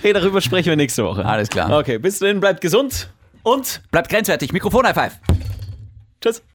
[SPEAKER 1] Hey, darüber sprechen wir nächste Woche.
[SPEAKER 2] Alles klar.
[SPEAKER 1] Okay, bis dahin, bleibt gesund und
[SPEAKER 2] Bleibt grenzwertig. Mikrofon High Five.
[SPEAKER 1] tschüss.